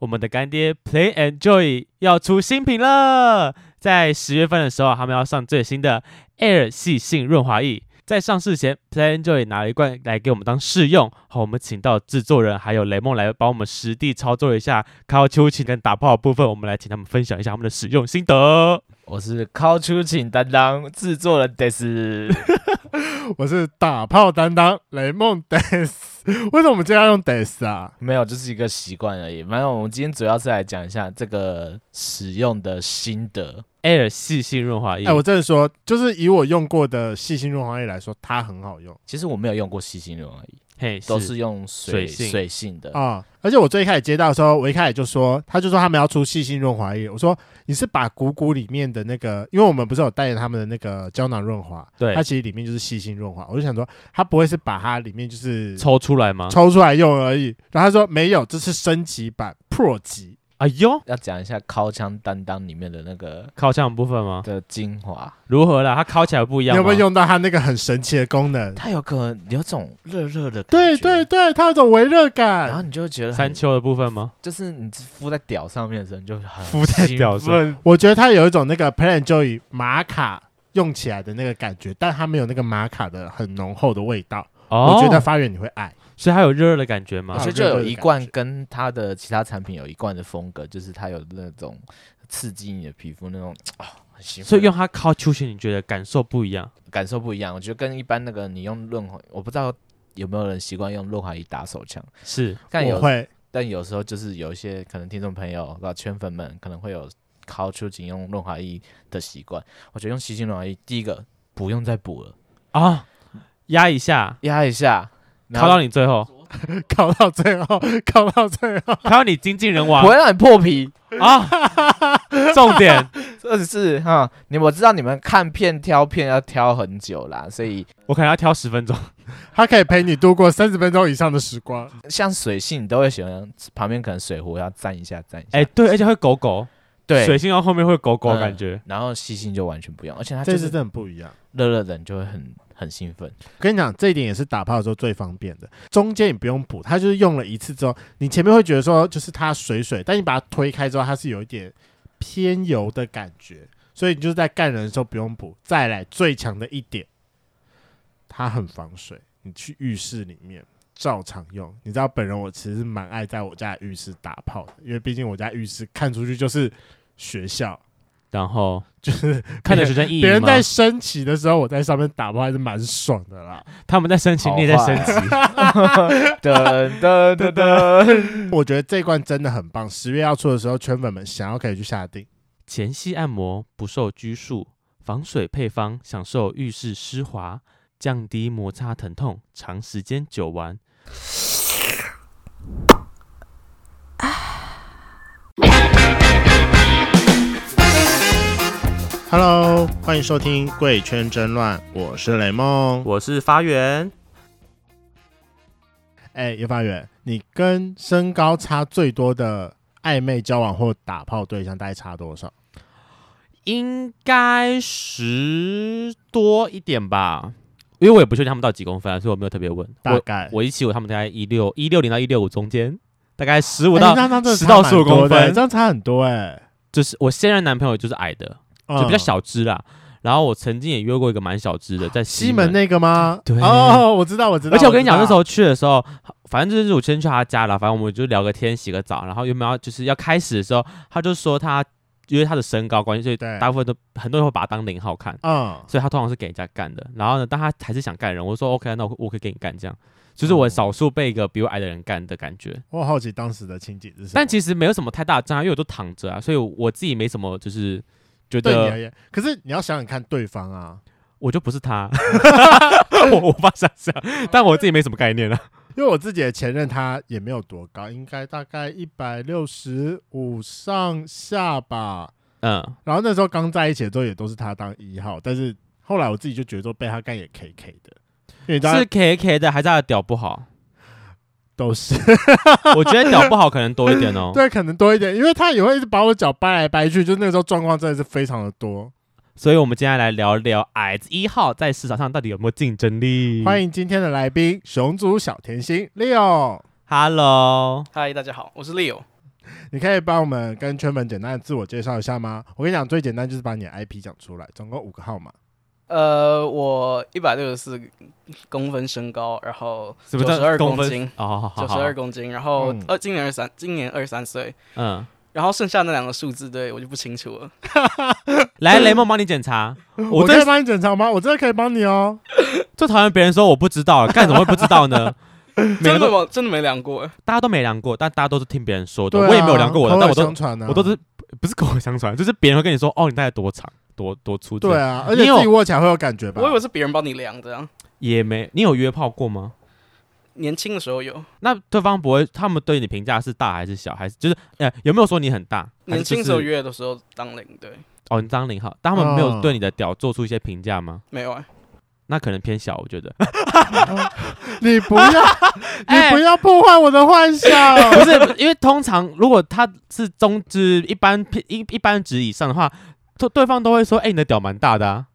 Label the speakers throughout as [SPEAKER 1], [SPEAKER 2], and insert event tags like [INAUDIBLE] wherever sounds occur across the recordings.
[SPEAKER 1] 我们的干爹 Play and Joy 要出新品了。在十月份的时候，他们要上最新的 Air 细性润滑液。在上市前，Play and Joy 拿了一罐来给我们当试用。好，我们请到制作人还有雷梦来帮我们实地操作一下靠秋琴跟打炮的部分，我们来请他们分享一下他们的使用心得。
[SPEAKER 2] 我是 Couching 担当制作人 d e s
[SPEAKER 3] 我是打炮担当雷梦 [LAUGHS] Des。为什么我们今天要用 Des 啊？
[SPEAKER 2] 没有，就是一个习惯而已。反正我们今天主要是来讲一下这个使用的心得。
[SPEAKER 1] Air 细性润滑液，
[SPEAKER 3] 哎、我真的说，就是以我用过的细心润滑液来说，它很好用
[SPEAKER 2] 其实我没有用过细心润滑液，
[SPEAKER 1] 嘿
[SPEAKER 2] 都是用
[SPEAKER 1] 水
[SPEAKER 2] 水
[SPEAKER 1] 性
[SPEAKER 2] 水性的。
[SPEAKER 1] 嗯
[SPEAKER 3] 啊、而且我最一开始接到的时候，我一开始就说，他就说他们要出细心润滑液，我说你是把股骨里面的那个，因为我们不是有带着他们的那个胶囊润滑，
[SPEAKER 1] 对
[SPEAKER 3] 它其实里面就是细心润滑，我就想说，它不会是把它里面就是
[SPEAKER 1] 抽出来吗？
[SPEAKER 3] 抽出来用而已。然后他说没有，这是升级版 Pro 级。
[SPEAKER 1] 哎呦，
[SPEAKER 2] 要讲一下靠枪担当里面的那个
[SPEAKER 1] 靠墙的部分吗？
[SPEAKER 2] 的精华，
[SPEAKER 1] 如何啦？它靠起来不一
[SPEAKER 3] 你
[SPEAKER 1] 样吗？
[SPEAKER 3] 有没有用到它那个很神奇的功
[SPEAKER 1] 嗯
[SPEAKER 3] 能？
[SPEAKER 2] 它有个有种热热的感
[SPEAKER 3] 对
[SPEAKER 2] 觉，
[SPEAKER 3] 对对，它有种微热
[SPEAKER 2] 然后
[SPEAKER 3] 感。
[SPEAKER 2] 你就会觉得
[SPEAKER 1] 山
[SPEAKER 2] 很，
[SPEAKER 1] 丘的部分吗？
[SPEAKER 2] 就是你敷在屌上面的时候，你就很
[SPEAKER 1] 敷在屌上
[SPEAKER 2] 兴奋
[SPEAKER 3] 我觉得它有一种那个 Plan Joy 玛卡用起来的那个感觉，但它没有那个玛卡的很浓厚的味道。
[SPEAKER 1] 哦，
[SPEAKER 3] 我觉得发源你会爱。
[SPEAKER 1] 所以它有热热的感觉吗
[SPEAKER 2] 我
[SPEAKER 3] 啊
[SPEAKER 2] 觉？得就
[SPEAKER 3] 热热
[SPEAKER 2] 有
[SPEAKER 3] 的
[SPEAKER 2] 一
[SPEAKER 3] 感
[SPEAKER 2] 贯
[SPEAKER 3] 觉
[SPEAKER 2] 跟它的其他产品有一贯的风格，就是它有那种刺激你的皮肤那种啊、很兴奋
[SPEAKER 1] 所以用它靠秋千，你觉得感受不一样？
[SPEAKER 2] 感受不一样。我觉得跟一般那个你用润滑，我不知道有没有人习惯用润滑液打手枪，
[SPEAKER 1] 是
[SPEAKER 2] 但
[SPEAKER 3] 我
[SPEAKER 2] 有
[SPEAKER 3] 会
[SPEAKER 2] 但有时候就是有一些可能听众朋友啊圈粉们可能会有靠出仅用润滑液的习惯。我觉得用吸睛润滑液，第一个不用再补了，
[SPEAKER 1] 啊，压一下，
[SPEAKER 2] 压一下，然
[SPEAKER 1] 靠
[SPEAKER 2] 后
[SPEAKER 1] 到你最后，
[SPEAKER 3] [LAUGHS] 搞到最后，搞到最后，
[SPEAKER 1] 靠到你精尽人
[SPEAKER 2] 不
[SPEAKER 1] 亡
[SPEAKER 2] 会让你破皮。 [LAUGHS]
[SPEAKER 1] 啊！重点，
[SPEAKER 2] 这是哈，你我知道你们看片挑片要挑很久啦，所以
[SPEAKER 1] 我可能要挑十分钟。
[SPEAKER 3] 它可以陪你度过三十分钟以上的时光。
[SPEAKER 2] 像水性你都会喜欢旁边可能水壶要沾一下沾一下，
[SPEAKER 1] 哎，对，而且会狗狗，
[SPEAKER 2] 对，
[SPEAKER 1] 水星到后面会狗狗的
[SPEAKER 2] 嗯
[SPEAKER 1] 感觉。
[SPEAKER 2] 然后细心就完全不用，而且它
[SPEAKER 3] 这
[SPEAKER 2] 就
[SPEAKER 3] 次
[SPEAKER 2] 是
[SPEAKER 3] 真的很不一样。
[SPEAKER 2] 热热的，你就会很很兴奋。
[SPEAKER 3] 我跟你讲，这一点也是打炮的时候最方便的。中间你不用补，它就是用了一次之后，你前面会觉得说就是它水水，但你把它推开之后，它是有一点偏油的感觉，所以你就是在干人的时候不用补。再来最强的一点，它很防水。你去浴室里面照常用，你知道本人我其实是蛮爱在我家的浴室打炮的，因为毕竟我家浴室看出去就是学校，
[SPEAKER 1] 然后
[SPEAKER 3] 就是
[SPEAKER 1] 看着学生意
[SPEAKER 3] 别
[SPEAKER 1] 淫
[SPEAKER 3] 人
[SPEAKER 1] 吗？
[SPEAKER 3] 在升旗的时候，我在上面打炮还是蛮爽的啦。
[SPEAKER 1] 他们在申请，
[SPEAKER 2] 好
[SPEAKER 1] 你也在
[SPEAKER 2] 坏
[SPEAKER 1] 申请。
[SPEAKER 2] [LAUGHS] 噔噔噔噔，
[SPEAKER 3] 我觉得这一罐真的很棒，十月要出的时候，圈粉们想要可以去下定。
[SPEAKER 1] 前戏按摩不受拘束，防水配方享受浴室湿滑，降低摩擦疼痛，长时间久玩。
[SPEAKER 3] Hello，欢迎收听《贵圈争乱》，我是雷梦。
[SPEAKER 1] 我是发源，
[SPEAKER 3] 哎，叶发源，你跟身高差最多的暧昧交往或打炮对象大概差多少？
[SPEAKER 1] 应该十多一点吧，因为我也不确定他们到底几公分、啊，所以我没有特别问。
[SPEAKER 3] 大
[SPEAKER 1] 我
[SPEAKER 3] 概
[SPEAKER 1] 我一七五，他们大概一六一六零到一六五中间，大概十五
[SPEAKER 3] 哎
[SPEAKER 1] 到、
[SPEAKER 3] 那那真的
[SPEAKER 1] 10
[SPEAKER 3] 差
[SPEAKER 1] 到
[SPEAKER 3] 蛮
[SPEAKER 1] 15公
[SPEAKER 3] 多的
[SPEAKER 1] 分
[SPEAKER 3] 这样差很多哎、
[SPEAKER 1] 就是我现任男朋友就是矮的，
[SPEAKER 3] 嗯
[SPEAKER 1] 就比较。小只啦。然后我曾经也约过一个蛮小只的，在
[SPEAKER 3] 西
[SPEAKER 1] 门
[SPEAKER 3] 门那个吗？
[SPEAKER 1] 对
[SPEAKER 3] 哦，我知道，我知道。
[SPEAKER 1] 而且我跟你讲，那时
[SPEAKER 3] 候
[SPEAKER 1] 候去的时候，反正就是我先去他家了，反正我们就聊个天、洗个澡，然后原本要就是要开始的时候，他就说他因为他的身高关系，所以
[SPEAKER 3] 对
[SPEAKER 1] 大部分都很多人会把他当零号看，
[SPEAKER 3] 嗯，
[SPEAKER 1] 所以他通常是给人家干的。然后呢，但他还是想干人，我说 OK，那我我可以给你干这样，就是我
[SPEAKER 3] 哦
[SPEAKER 1] 少数被一个比我矮的人干的感觉。
[SPEAKER 3] 我好奇当时的情景是什么。
[SPEAKER 1] 但其实没有什么太大的障碍，因为我都躺着啊，所以我自己没什么就是觉
[SPEAKER 3] 对你而
[SPEAKER 1] 得
[SPEAKER 3] 言，可是你要想想看对方啊，
[SPEAKER 1] 我就不是
[SPEAKER 3] [LAUGHS]
[SPEAKER 1] 他， [LAUGHS] 我我无法想象，
[SPEAKER 3] 哦
[SPEAKER 1] 但我自己没什么概念啊。
[SPEAKER 3] 因为我自己的前任他也没有多高，应该大概一百六十五上下吧。
[SPEAKER 1] 嗯，
[SPEAKER 3] 然后那时候刚在一起的时候也都是他当一号，但是后来我自己就觉得说被他干也 K K 的，因为你知道
[SPEAKER 1] 是 K K 的，还是他的屌不好？
[SPEAKER 3] 都是
[SPEAKER 1] 我觉得屌不好可能多一点哦。
[SPEAKER 3] [LAUGHS] 对，可能多一点，因为他也会一直把我脚掰来掰去，就那时候状况真的是非常的多。
[SPEAKER 1] 所以我们接下来来聊聊矮子一号在市场上到底有没有竞争力。
[SPEAKER 3] 欢迎今天的来宾熊族小甜心 Leo。
[SPEAKER 1] ，Hello，
[SPEAKER 4] 嗨，大家好，我是 Leo。
[SPEAKER 3] 你可以帮我们跟圈粉简单的自我介绍一下吗？我跟你讲，最简单就是把你的 IP 讲出来，总共五个号码。
[SPEAKER 4] 呃，我一百六十四公分身高，然后
[SPEAKER 1] 什
[SPEAKER 4] 九
[SPEAKER 1] 么
[SPEAKER 4] 十
[SPEAKER 1] 叫
[SPEAKER 4] 二
[SPEAKER 1] 公
[SPEAKER 4] 公
[SPEAKER 1] 分
[SPEAKER 4] 斤，？
[SPEAKER 1] 哦，好好好，
[SPEAKER 4] 九十二公斤，然后
[SPEAKER 3] 嗯
[SPEAKER 4] 呃，今年二三，今年二三岁，
[SPEAKER 1] 嗯，
[SPEAKER 4] 然后剩下那两个数字，对我就不清楚了。
[SPEAKER 1] 来，雷梦帮你检
[SPEAKER 3] [LAUGHS]
[SPEAKER 1] 查。我
[SPEAKER 3] 我可
[SPEAKER 1] 最
[SPEAKER 3] 以帮你哦检查吗？我真的可以帮你哦。
[SPEAKER 1] 最讨厌别人说我不知道，干怎么会不知道
[SPEAKER 3] [LAUGHS]
[SPEAKER 1] 呢？每个
[SPEAKER 4] 真的
[SPEAKER 1] 都
[SPEAKER 4] 吗？真的没量过，
[SPEAKER 1] 大家都没量过，但大家都是听别人说的，
[SPEAKER 3] 对啊，
[SPEAKER 1] 我也没有量过我的，
[SPEAKER 3] 口
[SPEAKER 1] 但
[SPEAKER 3] 耳
[SPEAKER 1] 我都
[SPEAKER 3] 相传啊
[SPEAKER 1] 我都是不是口口相传，就是别人会跟你说哦，你大概多长多多粗之类的，
[SPEAKER 3] 对啊，而且
[SPEAKER 1] 你有
[SPEAKER 3] 自己握起来会有感觉吧
[SPEAKER 4] 我？以为是别人帮你量的啊。
[SPEAKER 1] 也没你有约炮过吗？
[SPEAKER 4] 年轻的时候有，
[SPEAKER 1] 那对方不会，他们对你评价是大还是小，还是就是呃有没有说你很大？还是
[SPEAKER 4] 年轻
[SPEAKER 1] 就
[SPEAKER 4] 时候
[SPEAKER 1] 是
[SPEAKER 4] 约的时候当零，对，
[SPEAKER 1] 哦，你当零号，但他们没有
[SPEAKER 3] 嗯
[SPEAKER 1] 对你的屌做出一些评价吗？
[SPEAKER 4] 没有啊。
[SPEAKER 1] 那可能偏小，我觉
[SPEAKER 3] [LAUGHS]
[SPEAKER 1] 得
[SPEAKER 3] 你不要，
[SPEAKER 4] [LAUGHS]
[SPEAKER 1] 哎
[SPEAKER 3] 你不啊要破坏我的幻想。
[SPEAKER 1] [LAUGHS] 不是，因为通常如果他是中值一般一一般值以上的话，对对方都会说，哎、你的屌蛮大的啊，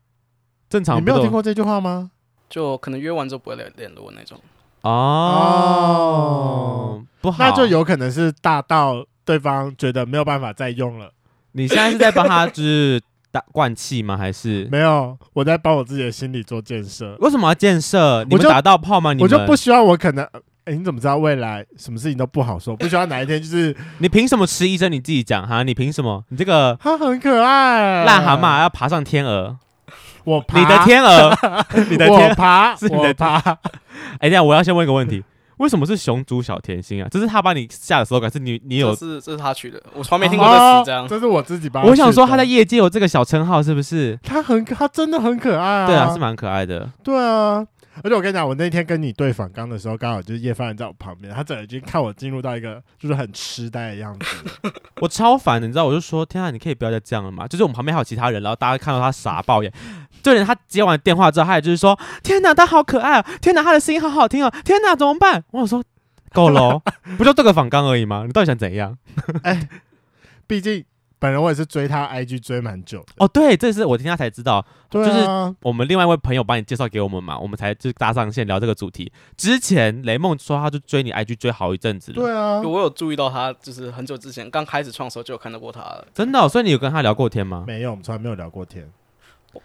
[SPEAKER 1] 正常
[SPEAKER 3] 你
[SPEAKER 1] 不
[SPEAKER 3] 没有
[SPEAKER 1] 都
[SPEAKER 3] 听过这句话吗？
[SPEAKER 4] 就可能约完之后不会联联络那种，
[SPEAKER 1] 哦
[SPEAKER 3] 哦，
[SPEAKER 1] 不好，
[SPEAKER 3] 那就有可能是大到对方觉得没有办法再用了。
[SPEAKER 1] 你现在是在帮他就是打灌气吗？还是
[SPEAKER 3] [LAUGHS] 没有，我在帮我自己的心理做建设。
[SPEAKER 1] 为什么要建设？你
[SPEAKER 3] 我
[SPEAKER 1] 们
[SPEAKER 3] 就
[SPEAKER 1] 打到炮吗？你
[SPEAKER 3] 我就
[SPEAKER 1] 们
[SPEAKER 3] 不希望我可能，哎、你怎么知道未来什么事情都不好说？不希望哪一天就是
[SPEAKER 1] 你凭什么吃医生？你自己讲哈，你凭什么？你这个
[SPEAKER 3] 他很可爱，
[SPEAKER 1] 癞蛤蟆，要爬上天鹅，
[SPEAKER 3] 我呃爬
[SPEAKER 1] 你的，天
[SPEAKER 3] [LAUGHS]
[SPEAKER 1] 鹅，你的天
[SPEAKER 3] 我，爬，
[SPEAKER 1] [LAUGHS] 是你的
[SPEAKER 3] 我爬，
[SPEAKER 1] 哎，等一下我要先问一个问题，为什么是熊猪小甜心啊？这是他把你下的手感，是你你有啊
[SPEAKER 4] 这？是这是他取的，我从来没听过这
[SPEAKER 3] 哦
[SPEAKER 4] 词这样。
[SPEAKER 3] 这是我自己吧。
[SPEAKER 1] 我想说他在，业界有这个小称号是不是？
[SPEAKER 3] 他很，他真的很可爱啊。
[SPEAKER 1] 对啊，是蛮可爱的。
[SPEAKER 3] 对啊，而且我跟你讲，我那天跟你对反刚的时候，刚好就是叶凡在我旁边，他整个已经看我进入到一个就是很痴呆的样子。
[SPEAKER 1] [LAUGHS] 我超烦的，你知道？我就说天啊，你可以不要再这样了嘛！就是我们旁边还有其他人，然后大家看到他傻爆眼，就连他接完电话之后，他也就是说天哪，他好可爱哦！天哪，他的声音好好听哦！天哪，怎么办？我想说够了 [LAUGHS] 哦，不就这个仿纲而已吗？你到底想怎 [LAUGHS] 样？
[SPEAKER 3] 毕竟本人我也是追他 IG 追蛮久的，
[SPEAKER 1] 哦，对，这是我今天才知道，
[SPEAKER 3] 对啊，
[SPEAKER 1] 我们另外一位朋友把你介绍给我们嘛，我们才就搭上线聊这个主题。之前雷梦说他就追你 IG 追好一阵子了，
[SPEAKER 3] 对啊，
[SPEAKER 4] 我有注意到他，就是很久之前刚开始创的时候就有看到过他了，
[SPEAKER 1] 真的哦、所以你有跟他聊过天吗？
[SPEAKER 3] 没有，我们从来没有聊过天。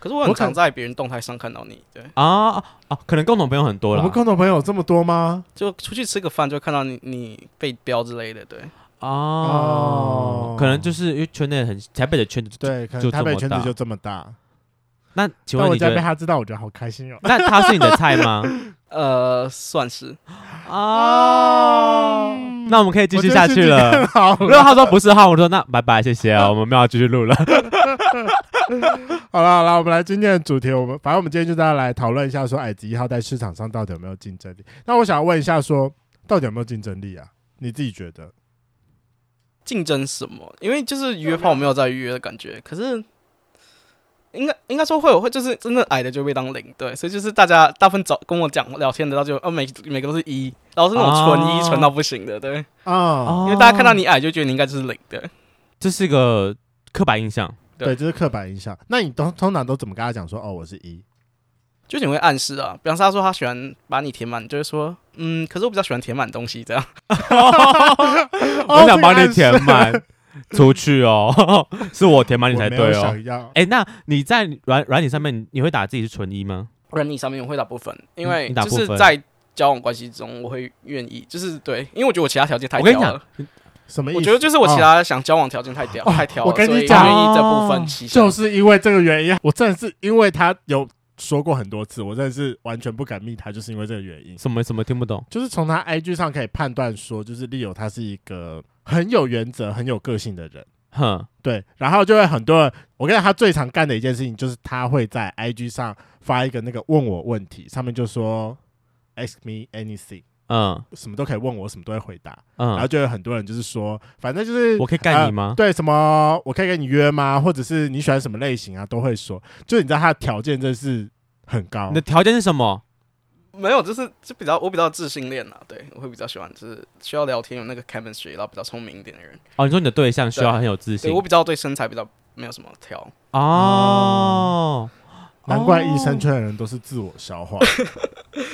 [SPEAKER 4] 可是我很
[SPEAKER 3] 我可
[SPEAKER 4] 常在别人动态上看到你，对，
[SPEAKER 1] 啊哦、哦可能共同朋友很多
[SPEAKER 3] 我
[SPEAKER 1] 了
[SPEAKER 3] 们共同朋友这么多吗？
[SPEAKER 4] 就出去吃个饭就看到你你被标之类的，对，
[SPEAKER 1] 哦
[SPEAKER 3] 哦，
[SPEAKER 1] 可能就是因为圈内很台北的圈子。
[SPEAKER 3] 对，可
[SPEAKER 1] 就
[SPEAKER 3] 能台
[SPEAKER 1] 这
[SPEAKER 3] 北
[SPEAKER 1] 么
[SPEAKER 3] 圈
[SPEAKER 1] 大
[SPEAKER 3] 子就这么大。
[SPEAKER 1] 那请
[SPEAKER 3] 但
[SPEAKER 1] 问
[SPEAKER 3] 我
[SPEAKER 1] 你觉
[SPEAKER 3] 家被
[SPEAKER 1] 得，
[SPEAKER 3] 他知道，我觉得好开心哦。
[SPEAKER 1] 那他是你的菜吗？
[SPEAKER 3] [LAUGHS]
[SPEAKER 4] 呃，算是
[SPEAKER 1] 哦，那我们可以继续下去
[SPEAKER 3] 我觉得
[SPEAKER 1] 了
[SPEAKER 3] 心。情更好
[SPEAKER 1] 如
[SPEAKER 3] 了
[SPEAKER 1] 果他说不是的话，我说那拜拜，谢谢哦，我们没有要继续录了。
[SPEAKER 3] [LAUGHS] 好了好了，我们来今天的主题，我们反正我们今天就大家来讨论一下，说矮子一号在市场上到底有没有竞争力？那我想问一下说到底有没有竞争力啊？你自己觉得？
[SPEAKER 4] 竞争什么？因为就是约炮没有在约的感觉，可是应该应该说会有会就是真的矮的就被当零，对，所以就是大家大部分找跟我讲聊天的，然后就呃每每个都是一，然后是那种纯一、
[SPEAKER 1] 哦
[SPEAKER 4] 纯到不行的，对，
[SPEAKER 3] 啊、
[SPEAKER 1] 哦
[SPEAKER 4] 因为大家看到你矮就觉得你应该就是零的，
[SPEAKER 1] 这是一个刻板印象，
[SPEAKER 3] 对，这是刻板印象。那你通通常都怎么跟他讲说？哦，我是一。
[SPEAKER 4] 就你会暗示啊，比方说他说他喜欢把你填满，你就会说嗯，可是我比较喜欢填满东西这样。
[SPEAKER 1] [LAUGHS] 我想帮你
[SPEAKER 3] 哦这个暗
[SPEAKER 1] 填
[SPEAKER 3] 示， [LAUGHS]
[SPEAKER 1] 满，出去哦， [LAUGHS] 是我
[SPEAKER 4] 啊
[SPEAKER 1] 填满你才
[SPEAKER 3] 我没有
[SPEAKER 1] 对哦。
[SPEAKER 3] 想要。
[SPEAKER 1] 哎，那你在软软体上面，你会打自己是纯一吗？
[SPEAKER 4] 软体上面我会打部分，因
[SPEAKER 1] 嗯
[SPEAKER 4] 为
[SPEAKER 1] 你打
[SPEAKER 4] 就
[SPEAKER 1] 部
[SPEAKER 4] 是
[SPEAKER 1] 分
[SPEAKER 4] 在交往关系中，我会愿意，就是对，因为我觉得我其他条件太
[SPEAKER 1] 我跟
[SPEAKER 4] 屌
[SPEAKER 1] 你讲
[SPEAKER 4] 了，
[SPEAKER 3] 什么意
[SPEAKER 4] 我
[SPEAKER 3] 思？啊
[SPEAKER 4] 觉得就是我其
[SPEAKER 1] 哦
[SPEAKER 4] 他想交往条件太屌、
[SPEAKER 3] 哦
[SPEAKER 4] 太挑
[SPEAKER 3] 我
[SPEAKER 4] 了，
[SPEAKER 3] 跟你
[SPEAKER 4] 所以
[SPEAKER 3] 讲
[SPEAKER 4] 愿意这部分牺牲。
[SPEAKER 3] 就是因为这个原因，我真的是因为他有说过很多次，我真的是完全不敢密他，就是因为这个原因。
[SPEAKER 1] 什么什么听不懂？
[SPEAKER 3] 就是从他 IG 上可以判断说，就是利友他是一个很有原则、很有个性的人。
[SPEAKER 1] 哼，
[SPEAKER 3] 对，然后就会很多人，我跟你讲，他最常干的一件事情就是他会在 IG 上发一个那个问我问题，上面就说 ask me anything，
[SPEAKER 1] 嗯
[SPEAKER 3] 什么都可以问我，什么都会回答。然后
[SPEAKER 1] 嗯，
[SPEAKER 3] 就有很多人就是说，反正就是呃
[SPEAKER 1] 我可以干你吗？
[SPEAKER 3] 对，什么我可以跟你约吗？或者是你喜欢什么类型啊，都会说。就是你知道他的条件真的是很高
[SPEAKER 1] 你的，条件是什么？
[SPEAKER 4] 没有，就是就比较我比较自信恋啊，对我会比较喜欢，就是需要聊天有那个 chemistry，然后比较聪明一点的人。
[SPEAKER 1] 哦，你说你的对
[SPEAKER 3] 啊
[SPEAKER 1] 象需要
[SPEAKER 4] 对
[SPEAKER 1] 很有自
[SPEAKER 4] 对
[SPEAKER 1] 信
[SPEAKER 4] 我比较对身材比较没有什么挑，
[SPEAKER 3] 嗯
[SPEAKER 1] 哦。
[SPEAKER 3] 难怪医生圈的人都是自我消化，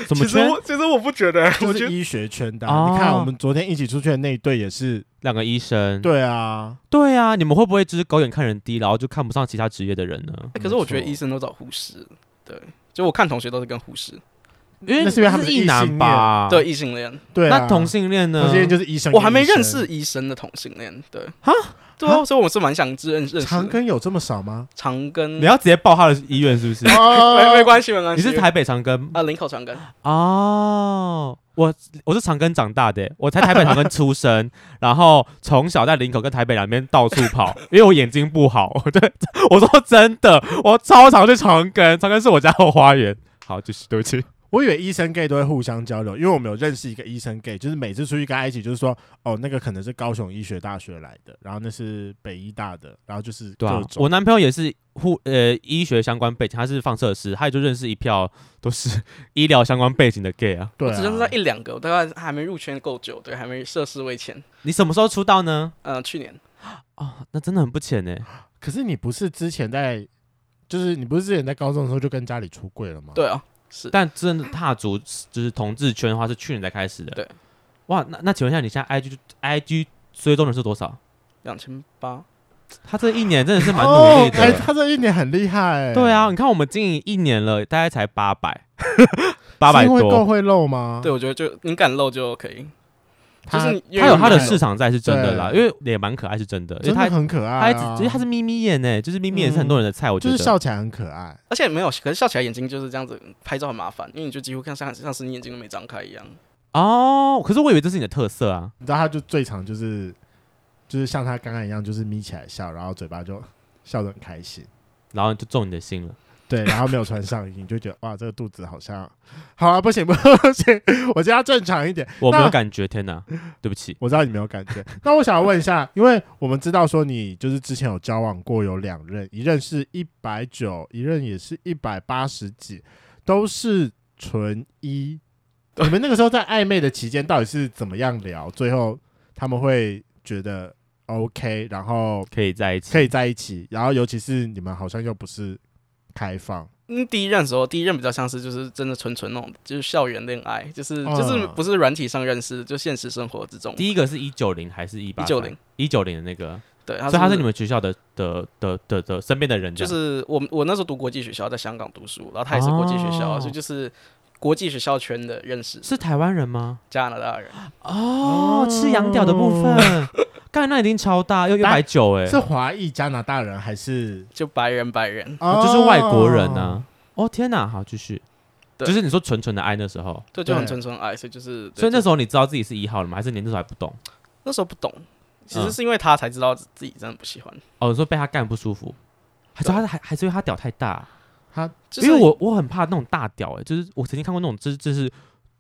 [SPEAKER 1] 怎么
[SPEAKER 4] 其实
[SPEAKER 1] 圈
[SPEAKER 4] 我其实我不觉得，
[SPEAKER 3] [LAUGHS] 就
[SPEAKER 4] 哦我觉
[SPEAKER 3] 是
[SPEAKER 4] 得
[SPEAKER 3] 医学圈的
[SPEAKER 1] 哦
[SPEAKER 3] 啊。你看我们昨天一起出去的那一对也是，
[SPEAKER 1] 两个医生？
[SPEAKER 3] 对啊，
[SPEAKER 1] 对啊，你们会不会就是狗眼看人低，然后就看不上其他职业的人呢？
[SPEAKER 4] 哎可是我觉得医生都找护士，对，就我看同学都是跟护士，
[SPEAKER 1] 因为
[SPEAKER 3] 那是因为他们
[SPEAKER 1] 是
[SPEAKER 3] 是
[SPEAKER 1] 异
[SPEAKER 3] 异
[SPEAKER 1] 男
[SPEAKER 3] 性
[SPEAKER 1] 吧？
[SPEAKER 4] 对，异性恋，
[SPEAKER 3] 对啊。
[SPEAKER 1] 那同性恋呢？
[SPEAKER 3] 同性恋就是医生跟医生，
[SPEAKER 4] 我还没认识医生的同性恋，对，
[SPEAKER 1] 哈，
[SPEAKER 4] 对啊，所以我是蛮想知认认识
[SPEAKER 3] 长
[SPEAKER 4] 的
[SPEAKER 3] 庚有这么少吗？
[SPEAKER 4] 长庚，
[SPEAKER 1] 你要直接报他的医院是不是？
[SPEAKER 4] 没没
[SPEAKER 3] 哦，
[SPEAKER 4] 关系没关
[SPEAKER 1] 你
[SPEAKER 4] 系，
[SPEAKER 1] 是台北长庚
[SPEAKER 4] 啊林口长庚，
[SPEAKER 1] 哦，我我是长庚长大的，欸我在台北长庚出生， [LAUGHS] 然后从小在林口跟台北两边到处跑， [LAUGHS] 因为我眼睛不好。 [LAUGHS] 对，我说真的，我超常去长庚，长庚是我家后花园。好，就是对不起，
[SPEAKER 3] 我以为医生 gay 都会互相交流，因为我们有认识一个医生 gay，就是每次出去跟他一起，就是说，哦，那个可能是高雄医学大学来的，然后那是北医大的，然后就是
[SPEAKER 1] 对啊
[SPEAKER 3] 各，种
[SPEAKER 1] 我男朋友也是护呃医学相关背景，他是放射师，他也就认识一票都是 [LAUGHS] 医疗相关背景的 gay 啊。
[SPEAKER 3] 对
[SPEAKER 4] 只认识他
[SPEAKER 3] 啊，
[SPEAKER 4] 一两个，我大概还没入圈够久，对，还没涉世未浅，
[SPEAKER 1] 你什么时候出道呢？
[SPEAKER 4] 嗯，去年
[SPEAKER 1] 啊、那真的很不浅呢。
[SPEAKER 3] 可是你不是之前在，就是你不是之前在高中的时候就跟家里出柜了吗？
[SPEAKER 4] 对啊，是
[SPEAKER 1] 但真的踏足就是同志圈的话，是去年才开始的。
[SPEAKER 4] 对，
[SPEAKER 1] 哇，那那请问一下，你现在 IG IG 追踪的是多少？
[SPEAKER 4] 两千八，
[SPEAKER 1] 哦他这一年真的是啊蛮
[SPEAKER 3] 哦
[SPEAKER 1] 努力的。
[SPEAKER 3] 哎他这一年很厉害、
[SPEAKER 1] 对啊，你看我们经营一年了，大概才八百， [LAUGHS] 八百
[SPEAKER 3] 是因为够
[SPEAKER 1] 多。
[SPEAKER 3] 会漏吗？
[SPEAKER 4] 对，我觉得就你敢露就可以，就
[SPEAKER 3] 他，
[SPEAKER 4] 是你
[SPEAKER 1] 他有他的市
[SPEAKER 4] 场，
[SPEAKER 1] 场在是真的啦，因
[SPEAKER 3] 对
[SPEAKER 1] 为也蛮可爱是真的，因为
[SPEAKER 3] 真
[SPEAKER 1] 他
[SPEAKER 3] 的很可
[SPEAKER 1] 他
[SPEAKER 3] 爱、
[SPEAKER 1] 一
[SPEAKER 3] 啊，
[SPEAKER 1] 直，因为他是眯眯眼呢，就是眯眯眼是很多人的菜，我觉
[SPEAKER 3] 就是
[SPEAKER 1] 得。
[SPEAKER 3] 笑起来很可爱。
[SPEAKER 4] 而且没有，可是笑起来眼睛就是这样子，拍照很麻烦，因为你就几乎看像像是你眼睛都没张开一样。
[SPEAKER 1] 哦，可是我以为这是你的特色啊。
[SPEAKER 3] 你知道，他就最常就是就是像他刚刚一样，就是眯起来笑，然后嘴巴就笑得很开心。
[SPEAKER 1] 然后就中你的心了，
[SPEAKER 3] 对，然后没有穿上衣，你就觉得哇，这个肚子好像好啊，不行不行，我觉得要正常一点。
[SPEAKER 1] 我没有
[SPEAKER 3] [LAUGHS] 那
[SPEAKER 1] 感觉，天哪，对不起。
[SPEAKER 3] 我知道你没有感觉，那我想问一下，因为我们知道说你就是之前有交往过有两任，一任是一百九，一任也是一百八十几，都是纯一。你们那个时候在暧昧的期间到底是怎么样聊？最后他们会觉得 OK，然后
[SPEAKER 1] 可以在一起，
[SPEAKER 3] 可以在一起，然后尤其是你们好像又不是开放，
[SPEAKER 4] 嗯，第一任的时候，第一任比较像是就是真的纯纯那种，就是校园恋爱，就是、
[SPEAKER 3] 嗯
[SPEAKER 4] 就是不是软体上认识，就现实生活之中。
[SPEAKER 1] 哦第一个是一九零还是一八？
[SPEAKER 4] 一九零，，
[SPEAKER 1] 一九零的那个，
[SPEAKER 4] 对，
[SPEAKER 1] 所以他是你
[SPEAKER 4] 们
[SPEAKER 1] 们学校的的的的的身边的人这
[SPEAKER 4] 就
[SPEAKER 1] 样，
[SPEAKER 4] 是我们我那时候读国际学校，在香港读书，然后他也是国际学校，
[SPEAKER 1] 哦
[SPEAKER 4] 所以就是国际学校圈的认识，
[SPEAKER 1] 是台湾人吗？
[SPEAKER 4] 加拿大人，
[SPEAKER 1] 哦，吃羊屌的部 [LAUGHS] 分，干那已经超大，又一百九哎，
[SPEAKER 3] 是华裔加拿大人还是
[SPEAKER 4] 就白人白人，
[SPEAKER 1] 啊就是外国人
[SPEAKER 3] 啊？
[SPEAKER 1] 呐。哦天哪，好继续，
[SPEAKER 4] 对
[SPEAKER 1] 就是你说纯纯的爱那时候，
[SPEAKER 4] 对，就很
[SPEAKER 3] 对
[SPEAKER 4] 纯纯爱，所以就是对
[SPEAKER 1] 所以那
[SPEAKER 4] 就
[SPEAKER 1] 时候你知道自己是一号了吗？还是你那时候还不懂？
[SPEAKER 4] 那时候不懂，其
[SPEAKER 1] 嗯
[SPEAKER 4] 实是因为他才知道自己真的不喜欢，
[SPEAKER 1] 哦，你说被他干不舒服，还是他还还是因为他屌太大？
[SPEAKER 3] 他
[SPEAKER 4] 就是、
[SPEAKER 1] 因为我我很怕那种大屌哎，就是我曾经看过那种就是就是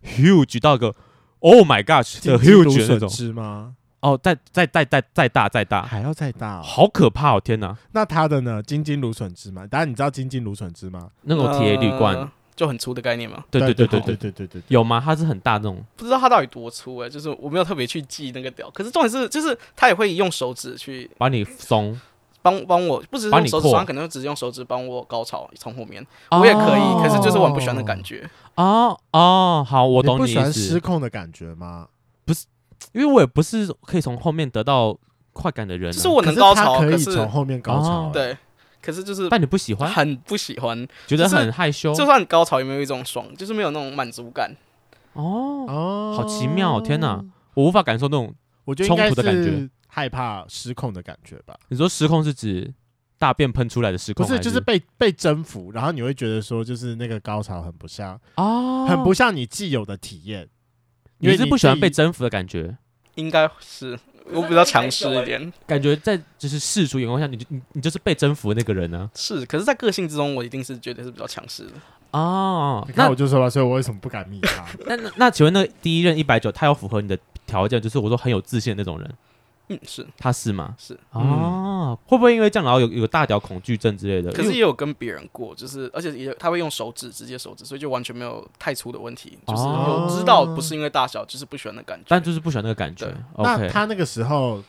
[SPEAKER 1] huge 到一个 oh my gosh 的 huge 的那种，啊
[SPEAKER 3] 汁吗？
[SPEAKER 1] 哦，再再再再再大再大，
[SPEAKER 3] 还要再大、哦？
[SPEAKER 1] 好可怕哦！天哪，
[SPEAKER 3] 那他的呢？金金芦笋汁吗？当然你知道金金芦笋汁吗？
[SPEAKER 1] 那种铁铝罐，
[SPEAKER 4] 呃就很粗的概念嘛，
[SPEAKER 1] 对对
[SPEAKER 3] 对
[SPEAKER 1] 对对
[SPEAKER 3] 对
[SPEAKER 1] 对，
[SPEAKER 3] 对对对对。
[SPEAKER 1] 有吗？它是很大那种，
[SPEAKER 4] 不知道它到底多粗哎、就是我没有特别去记那个屌，可是重点是就是他也会用手指去
[SPEAKER 1] 把你松，
[SPEAKER 4] 帮帮我，不只是
[SPEAKER 1] 把你
[SPEAKER 4] 用手指
[SPEAKER 1] 扩
[SPEAKER 4] 刷，可能只是用手指帮我高潮从后面，我也可以，
[SPEAKER 1] 哦
[SPEAKER 4] 可是就是我很不喜欢的感觉。
[SPEAKER 1] 哦哦，好，我
[SPEAKER 3] 我
[SPEAKER 1] 懂
[SPEAKER 3] 不
[SPEAKER 1] 意
[SPEAKER 3] 喜欢失
[SPEAKER 1] 思，
[SPEAKER 3] 控的感觉吗？
[SPEAKER 1] 因为我也不是可以从后面得到快感的人、啊，
[SPEAKER 4] 就是我
[SPEAKER 3] 可
[SPEAKER 4] 能
[SPEAKER 3] 是
[SPEAKER 4] 高
[SPEAKER 3] 他
[SPEAKER 4] 潮，
[SPEAKER 3] 可
[SPEAKER 4] 可
[SPEAKER 3] 以
[SPEAKER 4] 是
[SPEAKER 3] 从后面高潮、
[SPEAKER 1] 哦
[SPEAKER 3] 欸
[SPEAKER 4] 对，可是就是
[SPEAKER 1] 但你不喜欢，
[SPEAKER 4] 很不喜欢，
[SPEAKER 1] 觉得
[SPEAKER 4] 就是
[SPEAKER 1] 很害羞，
[SPEAKER 4] 就算高潮也没有一种爽，就是没有那种满足感。
[SPEAKER 1] 哦，
[SPEAKER 3] 哦，
[SPEAKER 1] 好奇妙哦，天哪，我无法感受那种。
[SPEAKER 3] 我觉得应该
[SPEAKER 1] 冲突的感觉
[SPEAKER 3] 是害怕失控的感觉吧？
[SPEAKER 1] 你说失控是指大便喷出来的失
[SPEAKER 3] 不
[SPEAKER 1] 控还，
[SPEAKER 3] 是，就是被被征服，然后你会觉得说，就是那个高潮很不像，
[SPEAKER 1] 哦，
[SPEAKER 3] 很不，像你既有的体验。
[SPEAKER 1] 你
[SPEAKER 3] 因为
[SPEAKER 1] 是
[SPEAKER 3] 你
[SPEAKER 1] 不喜欢
[SPEAKER 3] 自己
[SPEAKER 1] 被征服的感觉。
[SPEAKER 4] 应该是我比较强势一点，
[SPEAKER 1] 感觉在就是世俗眼光下，你就你你就是被征服的那个人啊呢、
[SPEAKER 4] 是，可是，在个性之中，我一定是绝对是比较强势的。
[SPEAKER 1] 哦
[SPEAKER 3] 你，看
[SPEAKER 1] 那
[SPEAKER 3] 我就说吧，所以我为什么不敢密他？
[SPEAKER 1] 那那那，请问那个第一任一百九，他有符合你的条件，就是我说很有自信的那种人，
[SPEAKER 4] 嗯，是
[SPEAKER 1] 他是吗？
[SPEAKER 4] 是，
[SPEAKER 1] 哦，会不会因为这样，然后有有大屌恐惧症之类的？
[SPEAKER 4] 可
[SPEAKER 1] 因
[SPEAKER 4] 是
[SPEAKER 1] 为
[SPEAKER 4] 也有跟别人过，就是而且也他会用手指直接手指，所以就完全没有太粗的问题，就是
[SPEAKER 1] 哦
[SPEAKER 4] 有知道不是因为大小，就是不喜欢的感觉。
[SPEAKER 1] 但就是不喜欢那个感觉
[SPEAKER 4] 对。
[SPEAKER 1] OK，
[SPEAKER 3] 那他那个时候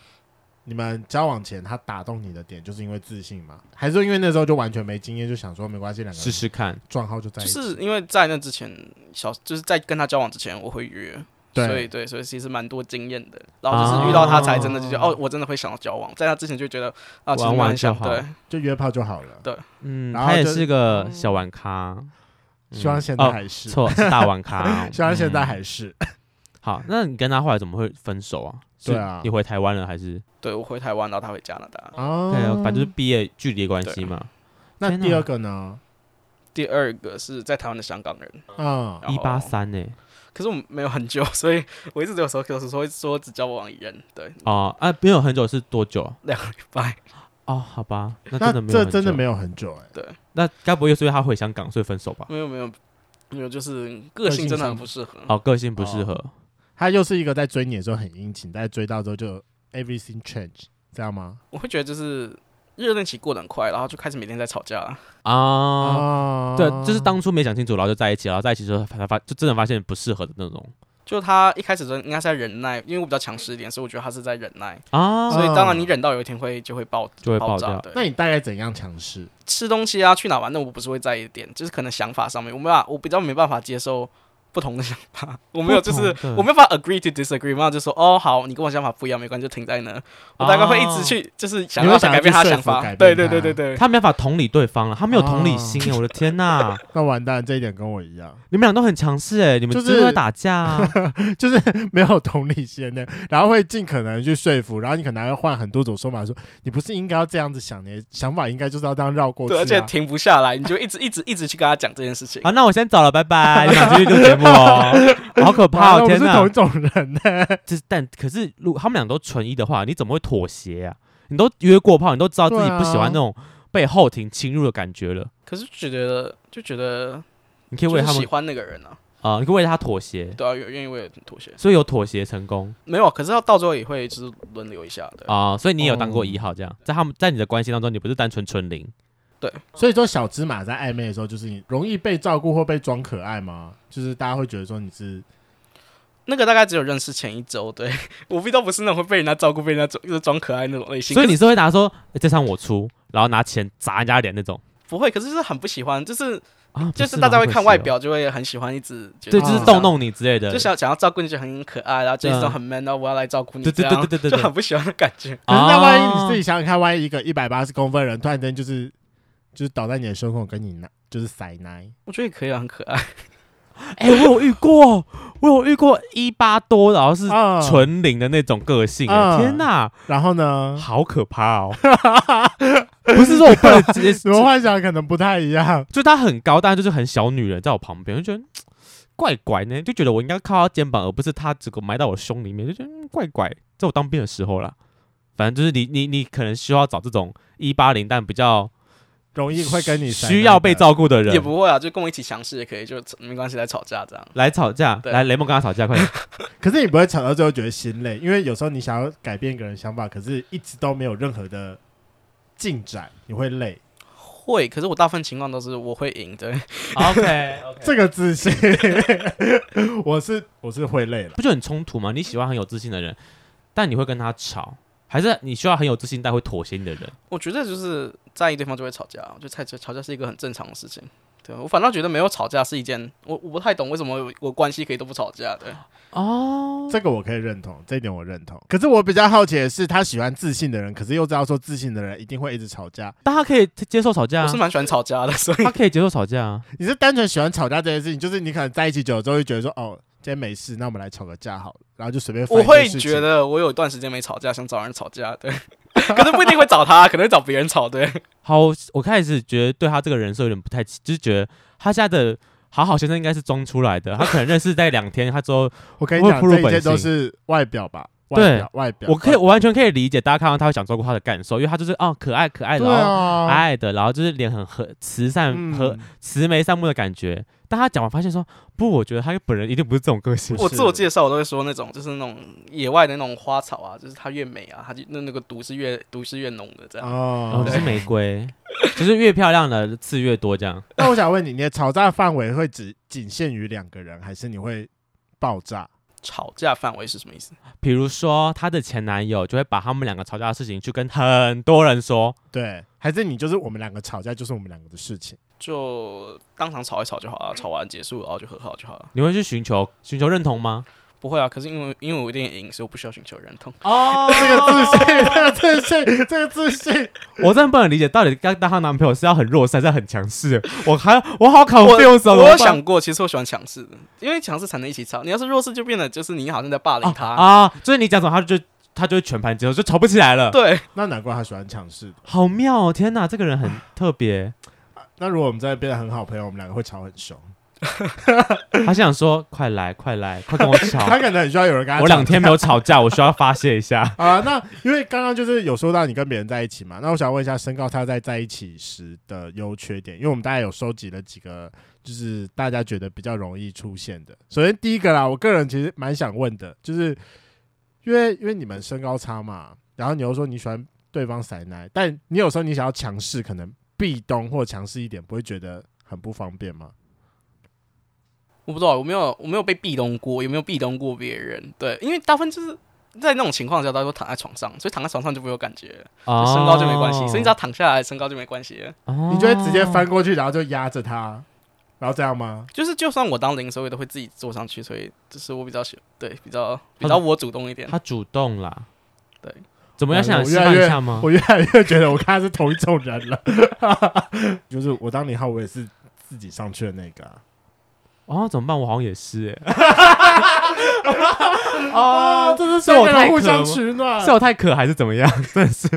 [SPEAKER 3] 你们交往前他打动你的点，就是因为自信吗？还是说因为那时候就完全没经验，就想说没关系，两个
[SPEAKER 1] 试
[SPEAKER 3] 人
[SPEAKER 1] 试看。
[SPEAKER 3] 撞号就在
[SPEAKER 4] 就
[SPEAKER 3] 一起？
[SPEAKER 4] 是因为在那之前，小就是在跟他交往之前，我会约，
[SPEAKER 3] 对
[SPEAKER 4] 所以对，所以其实蛮多经验的。然后就是遇到他才真的就觉得，哦，我真的会想要交往。在他之前就觉得啊，其实
[SPEAKER 1] 玩玩
[SPEAKER 4] 蛮
[SPEAKER 1] 就
[SPEAKER 4] 想
[SPEAKER 1] 好
[SPEAKER 4] 对，
[SPEAKER 3] 就约炮就好了。
[SPEAKER 1] 嗯，
[SPEAKER 3] 然
[SPEAKER 1] 他
[SPEAKER 3] 后
[SPEAKER 1] 也
[SPEAKER 3] 就是哦
[SPEAKER 1] 个小玩咖，嗯
[SPEAKER 3] 希望现在
[SPEAKER 1] 哦
[SPEAKER 3] 还是， [LAUGHS]。
[SPEAKER 1] 错是大玩咖
[SPEAKER 3] 希望现在
[SPEAKER 1] 嗯
[SPEAKER 3] 还是。
[SPEAKER 1] 好，那你跟他后来怎么会分手啊？是
[SPEAKER 3] 对啊
[SPEAKER 1] 你回台湾了还是？
[SPEAKER 4] 对我回台湾，然后他回加拿大。
[SPEAKER 3] 哦
[SPEAKER 1] 对啊，反正就是毕业距离的关系嘛。
[SPEAKER 3] 那
[SPEAKER 1] 天哪
[SPEAKER 3] 第二个呢？
[SPEAKER 4] 第二个是在台湾的香港人，
[SPEAKER 3] 嗯，
[SPEAKER 4] 然
[SPEAKER 1] 一
[SPEAKER 4] 后
[SPEAKER 1] 八，三欸呢？可
[SPEAKER 4] 可是我们没有很久，所以我一直都有时候有时候会说只交往一人，对，
[SPEAKER 1] 哦啊，没有很久是多久？
[SPEAKER 4] 两个礼拜，
[SPEAKER 1] 哦，好吧，那真
[SPEAKER 3] 那
[SPEAKER 1] 的没有，
[SPEAKER 3] 这真的没
[SPEAKER 1] 有。
[SPEAKER 3] 有很久哎。
[SPEAKER 1] 那该不会又是因为他回香港所以分手吧？
[SPEAKER 3] 嗯
[SPEAKER 4] 没有没有没有，就是个
[SPEAKER 3] 性
[SPEAKER 4] 性真的
[SPEAKER 3] 上
[SPEAKER 4] 很不适合。
[SPEAKER 1] 哦，个性不适合。
[SPEAKER 3] 他又是一个在追你的时候很殷勤，但是追到之后就 everything change，这样吗？
[SPEAKER 4] 我会觉得就是热恋期过得很快，然后就开始每天在吵架。
[SPEAKER 1] 啊，
[SPEAKER 3] 哦
[SPEAKER 1] 对，就是当初没讲清楚，然后就在一起，然后在一起之后才发，就真的发现不适合的那种
[SPEAKER 4] 就他一开始的时候应该是在忍耐，因为我比较强势一点，所以我觉得他是在忍耐。
[SPEAKER 1] 啊，
[SPEAKER 4] 所以当然你忍到有一天会就会爆
[SPEAKER 1] 就会爆
[SPEAKER 4] 爆
[SPEAKER 1] 掉
[SPEAKER 4] 炸。
[SPEAKER 3] 那
[SPEAKER 4] 对，
[SPEAKER 3] 你大概怎样强势？
[SPEAKER 4] 吃东西啊，去哪玩，那我不是会在意一点，就是可能想法上面，我没办法，我比较没办法接受不同的想法，我没有就是
[SPEAKER 1] 不同的
[SPEAKER 4] 我没有办法 agree to disagree，没有就说哦好，你跟我想法不一样，没关系，就停在那。我大概会一直去就是想
[SPEAKER 3] 你会
[SPEAKER 4] 要
[SPEAKER 3] 想要
[SPEAKER 4] 改变他
[SPEAKER 3] 去
[SPEAKER 4] 的
[SPEAKER 3] 说
[SPEAKER 4] 想
[SPEAKER 3] 服
[SPEAKER 4] 法
[SPEAKER 3] 改，
[SPEAKER 4] 对
[SPEAKER 3] 变
[SPEAKER 4] 对对
[SPEAKER 3] 他
[SPEAKER 4] 对对。
[SPEAKER 1] 他没办法同理对方了，他没有同理
[SPEAKER 3] 哦
[SPEAKER 1] 心哎，我的天呐，
[SPEAKER 3] 那完蛋，这一点跟我一样，
[SPEAKER 1] 你们俩都很强势哎，你们
[SPEAKER 3] 就
[SPEAKER 1] 就是是在打架啊，
[SPEAKER 3] 就是 [LAUGHS] 没有同理心的，然后会尽可能去说服，然后你可能还会换很多种说法，说你不是应该要这样子想，你的想法应该就是要这样绕过去、
[SPEAKER 4] 对，
[SPEAKER 3] 啊。
[SPEAKER 4] 而且停不下来，你就一直一直一直去跟他讲这件事情。
[SPEAKER 1] 好，那我先走了，拜拜，你们俩继续录节目哦，好可怕
[SPEAKER 3] 哇
[SPEAKER 1] 哦，
[SPEAKER 3] 啊我们
[SPEAKER 1] 天
[SPEAKER 3] 是
[SPEAKER 1] 呐
[SPEAKER 3] 同一，种人呢、
[SPEAKER 1] 这但可是如果他们俩都纯一的话，你怎么会妥协啊？你都约过炮，你都知道自己
[SPEAKER 3] 对啊
[SPEAKER 1] 不喜欢那种被后庭侵入的感觉了，
[SPEAKER 4] 可是觉得就觉得
[SPEAKER 1] 你可以
[SPEAKER 4] 就
[SPEAKER 1] 为
[SPEAKER 4] 是
[SPEAKER 1] 他
[SPEAKER 4] 喜
[SPEAKER 1] 们
[SPEAKER 4] 欢那个人啊，
[SPEAKER 1] 啊，你可以为他妥协，
[SPEAKER 4] 对啊，有愿意为了妥协。
[SPEAKER 1] 所以有妥协成功。
[SPEAKER 4] 没有，啊可是到到最后也会就是轮流一下的。
[SPEAKER 1] 啊、所以你也有当过
[SPEAKER 3] 哦
[SPEAKER 1] 一号这样，在他们在你的关系当中，你不是单纯纯零，
[SPEAKER 3] 所以说，小芝麻在暧昧的时候，就是你容易被照顾或被装可爱吗？就是大家会觉得说你是
[SPEAKER 4] 那个大概只有认识前一周，对 [LAUGHS] 我比较不是那种会被人家照顾、被人家装就是装可爱那种类型。
[SPEAKER 1] 所以你
[SPEAKER 4] 可
[SPEAKER 1] 是会拿说、欸这场我出，然后拿钱砸人家脸那种
[SPEAKER 4] 是不会，可是就是很不喜欢，就是
[SPEAKER 1] 啊，不
[SPEAKER 4] 就是
[SPEAKER 1] 吗
[SPEAKER 4] 大家会
[SPEAKER 1] 好可
[SPEAKER 4] 看
[SPEAKER 1] 惜
[SPEAKER 4] 外
[SPEAKER 1] 哦
[SPEAKER 4] 表，就会很喜欢一直觉得
[SPEAKER 1] 对，
[SPEAKER 4] 啊
[SPEAKER 1] 就是
[SPEAKER 3] 这
[SPEAKER 1] 逗
[SPEAKER 3] 样
[SPEAKER 1] 弄你之类的，
[SPEAKER 4] 就想想要照顾你，就很可爱，然后就一直
[SPEAKER 1] 对啊
[SPEAKER 4] 都很 man，然后我要来照顾你，
[SPEAKER 1] 对对
[SPEAKER 4] 这样
[SPEAKER 1] 对对对对对啊
[SPEAKER 4] 啊就很不喜欢的感觉。
[SPEAKER 3] 可是那万一你自己
[SPEAKER 1] 己
[SPEAKER 3] 想想看，万一一个一百八十公分的人突然间就是就是倒在你的胸口，跟你奶就是塞奶，
[SPEAKER 4] 我觉得也可以啊，很可爱。
[SPEAKER 1] 哎、我有遇过，我有遇过一八多，然后是
[SPEAKER 3] 啊
[SPEAKER 1] 纯零的那种个性、欸，
[SPEAKER 3] 啊
[SPEAKER 1] 天哪，
[SPEAKER 3] 然后呢，
[SPEAKER 1] 好可怕
[SPEAKER 4] [LAUGHS]
[SPEAKER 1] 哦！不是说我不能直接，
[SPEAKER 3] 你们幻想可能不太一样。
[SPEAKER 1] 就她很高，但就是很小女人在我旁边，就觉得。嗯怪怪呢，就觉得我应该靠她肩膀，而不是她整个埋到我胸里面，就觉得、嗯怪怪。在我当兵的时候啦，反正就是你你你可能需要找这种一八零但比较
[SPEAKER 3] 容易会跟你塞奶的
[SPEAKER 1] 需要被照顾的
[SPEAKER 4] 也
[SPEAKER 1] 人
[SPEAKER 4] 不会啊，就跟我一起强势也可以，就没关系，来吵架这样。
[SPEAKER 1] 来吵架，
[SPEAKER 4] 对
[SPEAKER 1] 来雷蒙跟他吵架，快 [LAUGHS] 点。
[SPEAKER 3] 可是你不会吵到最后觉得心累，因为有时候你想要改变一个人想法，可是一直都没有任何的进展，你会累。
[SPEAKER 4] 会，可是我大部分情况都是我会赢，对，
[SPEAKER 1] OK，
[SPEAKER 3] 这个自信， [LAUGHS] 我是我是会累了。
[SPEAKER 1] 不就很冲突吗？你喜欢很有自信的人，但你会跟他吵，还是你需要很有自信但会妥协你的人？
[SPEAKER 4] 我觉得就是在意对方就会吵架，我觉得吵吵架是一个很正常的事情。对我反倒觉得没有吵架是一件，我我不太懂为什么我我关系可以都不吵架的。
[SPEAKER 3] 啊
[SPEAKER 1] 哦，
[SPEAKER 3] 这个我可以认同，这一点我认同。可是我比较好奇的是，他喜欢自信的人，可是又知道说自信的人一定会一直吵架。
[SPEAKER 1] 但他可以接受吵架
[SPEAKER 4] 我
[SPEAKER 1] 啊
[SPEAKER 4] 是，蛮喜欢吵架
[SPEAKER 3] [LAUGHS]
[SPEAKER 4] 的，所以
[SPEAKER 1] 他可以接受吵架啊。
[SPEAKER 3] 你是单纯喜欢吵架这件事情，就是你可能在一起久了之后，就觉得说，哦，今天没事，那我们来吵个架好了，然后就随便。
[SPEAKER 4] 我会觉，得我有一段时间没吵架，想找人吵架，
[SPEAKER 3] [LAUGHS]
[SPEAKER 4] 对，可是不一定会找他，可能会找别人吵，对，
[SPEAKER 1] 好，我开始觉得对他这个人设有点不太，就是觉得他现在的好好先生应该是装出来的，他可能认识在两天，他之
[SPEAKER 3] [LAUGHS]
[SPEAKER 1] 后
[SPEAKER 3] 我跟你讲，
[SPEAKER 1] 我会
[SPEAKER 3] 这
[SPEAKER 1] 步入
[SPEAKER 3] 一切
[SPEAKER 1] 本性
[SPEAKER 3] 都是外表吧，外
[SPEAKER 1] 对
[SPEAKER 3] 表，外表。
[SPEAKER 1] 我可以，我完全可以理解，大家看到他会想照顾他的感受，因为他就是哦可爱可爱，
[SPEAKER 3] 对
[SPEAKER 1] 然后
[SPEAKER 3] 啊，
[SPEAKER 1] 矮矮的，然后就是脸很和慈善
[SPEAKER 3] 嗯
[SPEAKER 1] 和慈眉善目的感觉。但他讲完发现说不，我觉得他本人一定不是这种个性
[SPEAKER 3] [LAUGHS] 不。
[SPEAKER 4] 我
[SPEAKER 3] 是
[SPEAKER 4] 自我介绍我都会说那种就是那种野外的那种花草啊，就是它越美啊，它就那那个毒是越毒是越浓的这样。
[SPEAKER 1] 哦
[SPEAKER 3] 哦，，
[SPEAKER 1] 是玫瑰，就是越漂亮的刺越多这样。
[SPEAKER 3] 那我想问你，你的吵架范围会只仅限于两个人，还是你会爆炸？
[SPEAKER 4] 吵架范围是什么意思？
[SPEAKER 1] 比如说她的前男友就会把他们两个吵架的事情去跟很多人说，
[SPEAKER 3] 对，还是你就是我们两个吵架就是我们两个的事情。
[SPEAKER 4] 就当场吵一吵就好了，吵完结束然后就和好就好了。
[SPEAKER 1] 你会去寻求寻求认同吗？
[SPEAKER 4] 不会啊，可是因为因为我一定赢，所以我不需要寻求认同。
[SPEAKER 1] 哦，
[SPEAKER 3] 这个自信，这个自信，这个自信，
[SPEAKER 1] 我真的不能理解，到底要当她男朋友是要很弱势还是要很强势？我还我好 c o
[SPEAKER 4] 我
[SPEAKER 1] n f u s e
[SPEAKER 4] 我有想过，其实我喜欢强势的，因为强势才能一起吵。你要是弱势，就变得就是你好像在霸凌他。
[SPEAKER 1] 啊，就是你讲什么，他就他就会全盘接受，就吵不起来了。
[SPEAKER 4] 对，
[SPEAKER 3] 那难怪他喜欢强势的。啊
[SPEAKER 1] 好妙哦！天哪，这个人很特别。
[SPEAKER 3] 那如果我们真的变得很好朋友，我们两个会吵很凶。
[SPEAKER 1] 他想说，快来，快来，快跟我吵。
[SPEAKER 3] [LAUGHS] 他可能很需要有人跟他。
[SPEAKER 1] 我两天没有吵架，我需要发泄一
[SPEAKER 3] [LAUGHS]
[SPEAKER 1] 下。
[SPEAKER 3] 啊，那因为刚刚就是有说到你跟别人在一起嘛，那我想问一下身高差在在一起时的优缺点，因为我们大家有收集了几个，就是大家觉得比较容易出现的。首先第一个啦，我个人其实蛮想问的，就是因为因为你们身高差嘛，然后你又说你喜欢对方塞奶，但你有时候你想要强势，可能壁咚或强势一点，不会觉得很不方便吗？
[SPEAKER 4] 我不知道，我没有我没有被壁咚过，也没有壁咚过别人。对，因为大部分就是在那种情况下，大家都躺在床上，所以躺在床上就不会有感觉了，
[SPEAKER 1] 哦
[SPEAKER 4] 身 [LAUGHS] 高就没关系。所以你只要躺下来，身高就没关系了。
[SPEAKER 1] 哦
[SPEAKER 3] 你就会直接翻过去，然后就压着他，然后这样吗？
[SPEAKER 4] 就是就算我当零的时候，我也都会自己坐上去，所以就是我比较喜对比较比较我主动一点。
[SPEAKER 1] 他主动啦。
[SPEAKER 4] 对，
[SPEAKER 1] 怎么样？
[SPEAKER 3] 完
[SPEAKER 1] 想
[SPEAKER 3] 了
[SPEAKER 1] 示
[SPEAKER 3] 哎我
[SPEAKER 1] 范
[SPEAKER 3] 越
[SPEAKER 1] 一
[SPEAKER 3] 来越
[SPEAKER 1] 下吗？
[SPEAKER 3] [LAUGHS] 我越来越觉得我跟他是同一种人了， [LAUGHS] 就是我当零号，我也是自己上去的那个啊、
[SPEAKER 1] 哦，怎么办？我好像也是
[SPEAKER 3] [LAUGHS]
[SPEAKER 1] 欸。
[SPEAKER 3] 啊，
[SPEAKER 1] 哦，
[SPEAKER 3] 这是
[SPEAKER 1] 是我
[SPEAKER 3] 三个人
[SPEAKER 1] 太
[SPEAKER 3] 互
[SPEAKER 1] 渴
[SPEAKER 3] 相
[SPEAKER 1] 吗
[SPEAKER 3] 取
[SPEAKER 1] [LAUGHS]
[SPEAKER 3] 暖
[SPEAKER 1] 是。我太渴还是怎 [LAUGHS] 么样？真的是。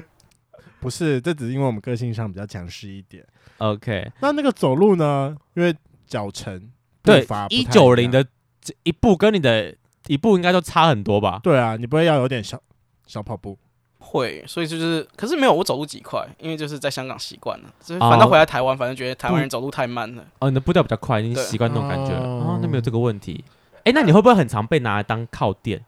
[SPEAKER 3] 不是，这只是因为我们个性上比较强势一点。
[SPEAKER 1] OK，
[SPEAKER 3] 那那个走路呢？因为脚程步
[SPEAKER 1] 对
[SPEAKER 3] 伐，不太
[SPEAKER 1] 一
[SPEAKER 3] 一
[SPEAKER 1] 九零
[SPEAKER 3] 样，
[SPEAKER 1] 的这一步跟你的一步应该都差很多吧？
[SPEAKER 3] 对啊，你不会要有点小小跑步？
[SPEAKER 4] 会，所以就是，可是没有我走路几块，因为就是在香港习惯了，就是
[SPEAKER 1] 哦
[SPEAKER 4] 反倒回来台湾，反正觉得台湾人走路太慢了。
[SPEAKER 1] 哦，你的步调比较快，你已经
[SPEAKER 4] 对
[SPEAKER 1] 习惯那种感觉了，
[SPEAKER 3] 哦
[SPEAKER 1] 哦，那没有这个问题。哎，那你会不会很常被拿来当靠垫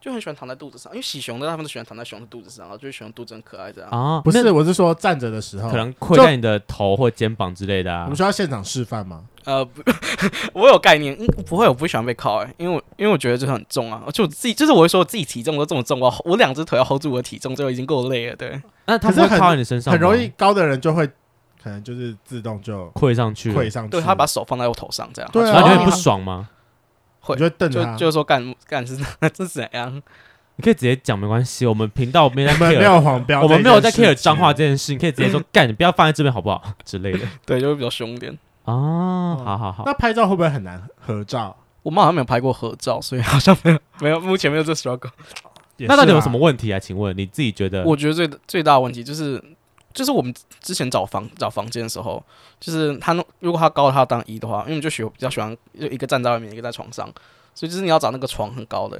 [SPEAKER 4] 就很喜欢躺在肚子上，因为喜熊的他们都喜欢躺在熊的肚子上，然后就会喜欢肚子很可爱这样。
[SPEAKER 1] 啊？
[SPEAKER 3] 不
[SPEAKER 1] 那
[SPEAKER 3] 是，我哦是说站着的时候
[SPEAKER 1] 可。能跪
[SPEAKER 3] 就
[SPEAKER 1] 在你的头或肩膀之类的
[SPEAKER 3] 我
[SPEAKER 1] 啊
[SPEAKER 3] 们。需要现场示范吗？
[SPEAKER 4] 呃，不 [LAUGHS] 我有概念，嗯，不会，我不喜欢被靠哎、因为我因为我觉得就是很重啊，就我自己就是我会说我自己体重都这么重，我我两只腿要 hold 住我的体重，就已经够累了。
[SPEAKER 3] 嗯
[SPEAKER 4] 对，
[SPEAKER 1] 那他
[SPEAKER 3] 可是
[SPEAKER 1] 不会
[SPEAKER 3] 很
[SPEAKER 1] 靠在你身上吗，
[SPEAKER 3] 很容易高的人就会，可能就是自动就
[SPEAKER 1] 跪上去，
[SPEAKER 3] 跪上去。
[SPEAKER 4] 对他把手放在我头上这样，
[SPEAKER 3] 对
[SPEAKER 1] 然后
[SPEAKER 3] 啊，
[SPEAKER 1] 你会不爽吗？
[SPEAKER 4] 会
[SPEAKER 3] 你就瞪
[SPEAKER 4] 就
[SPEAKER 3] 他，
[SPEAKER 4] 就是说干干是 [LAUGHS] 这是怎样？
[SPEAKER 1] 你可以直接讲，没关系，我们频道没在
[SPEAKER 3] 我们没
[SPEAKER 1] care，
[SPEAKER 3] 有黄标，
[SPEAKER 1] 我们没有在 care
[SPEAKER 3] 脏
[SPEAKER 1] 脏话这件事，你可以直
[SPEAKER 3] [LAUGHS]
[SPEAKER 1] 接说干，你不要放在这边好不好之类的。
[SPEAKER 4] 对，就会比较凶一点。
[SPEAKER 3] 哦
[SPEAKER 1] 啊，好好好，
[SPEAKER 3] 那拍照会不会很难合照？
[SPEAKER 4] 我们好像没有拍过合照，所以好像没有没有目前没有这 struggle。
[SPEAKER 1] 那到底有什么问题啊？请问你自己觉得？
[SPEAKER 4] 我觉得最最大的问题就是，就是我们之前找房找房间的时候，就是他弄如果他高他当一的话，因为我们就喜比较喜欢就一个站在外面，一个在床上，所以就是你要找那个床很高的。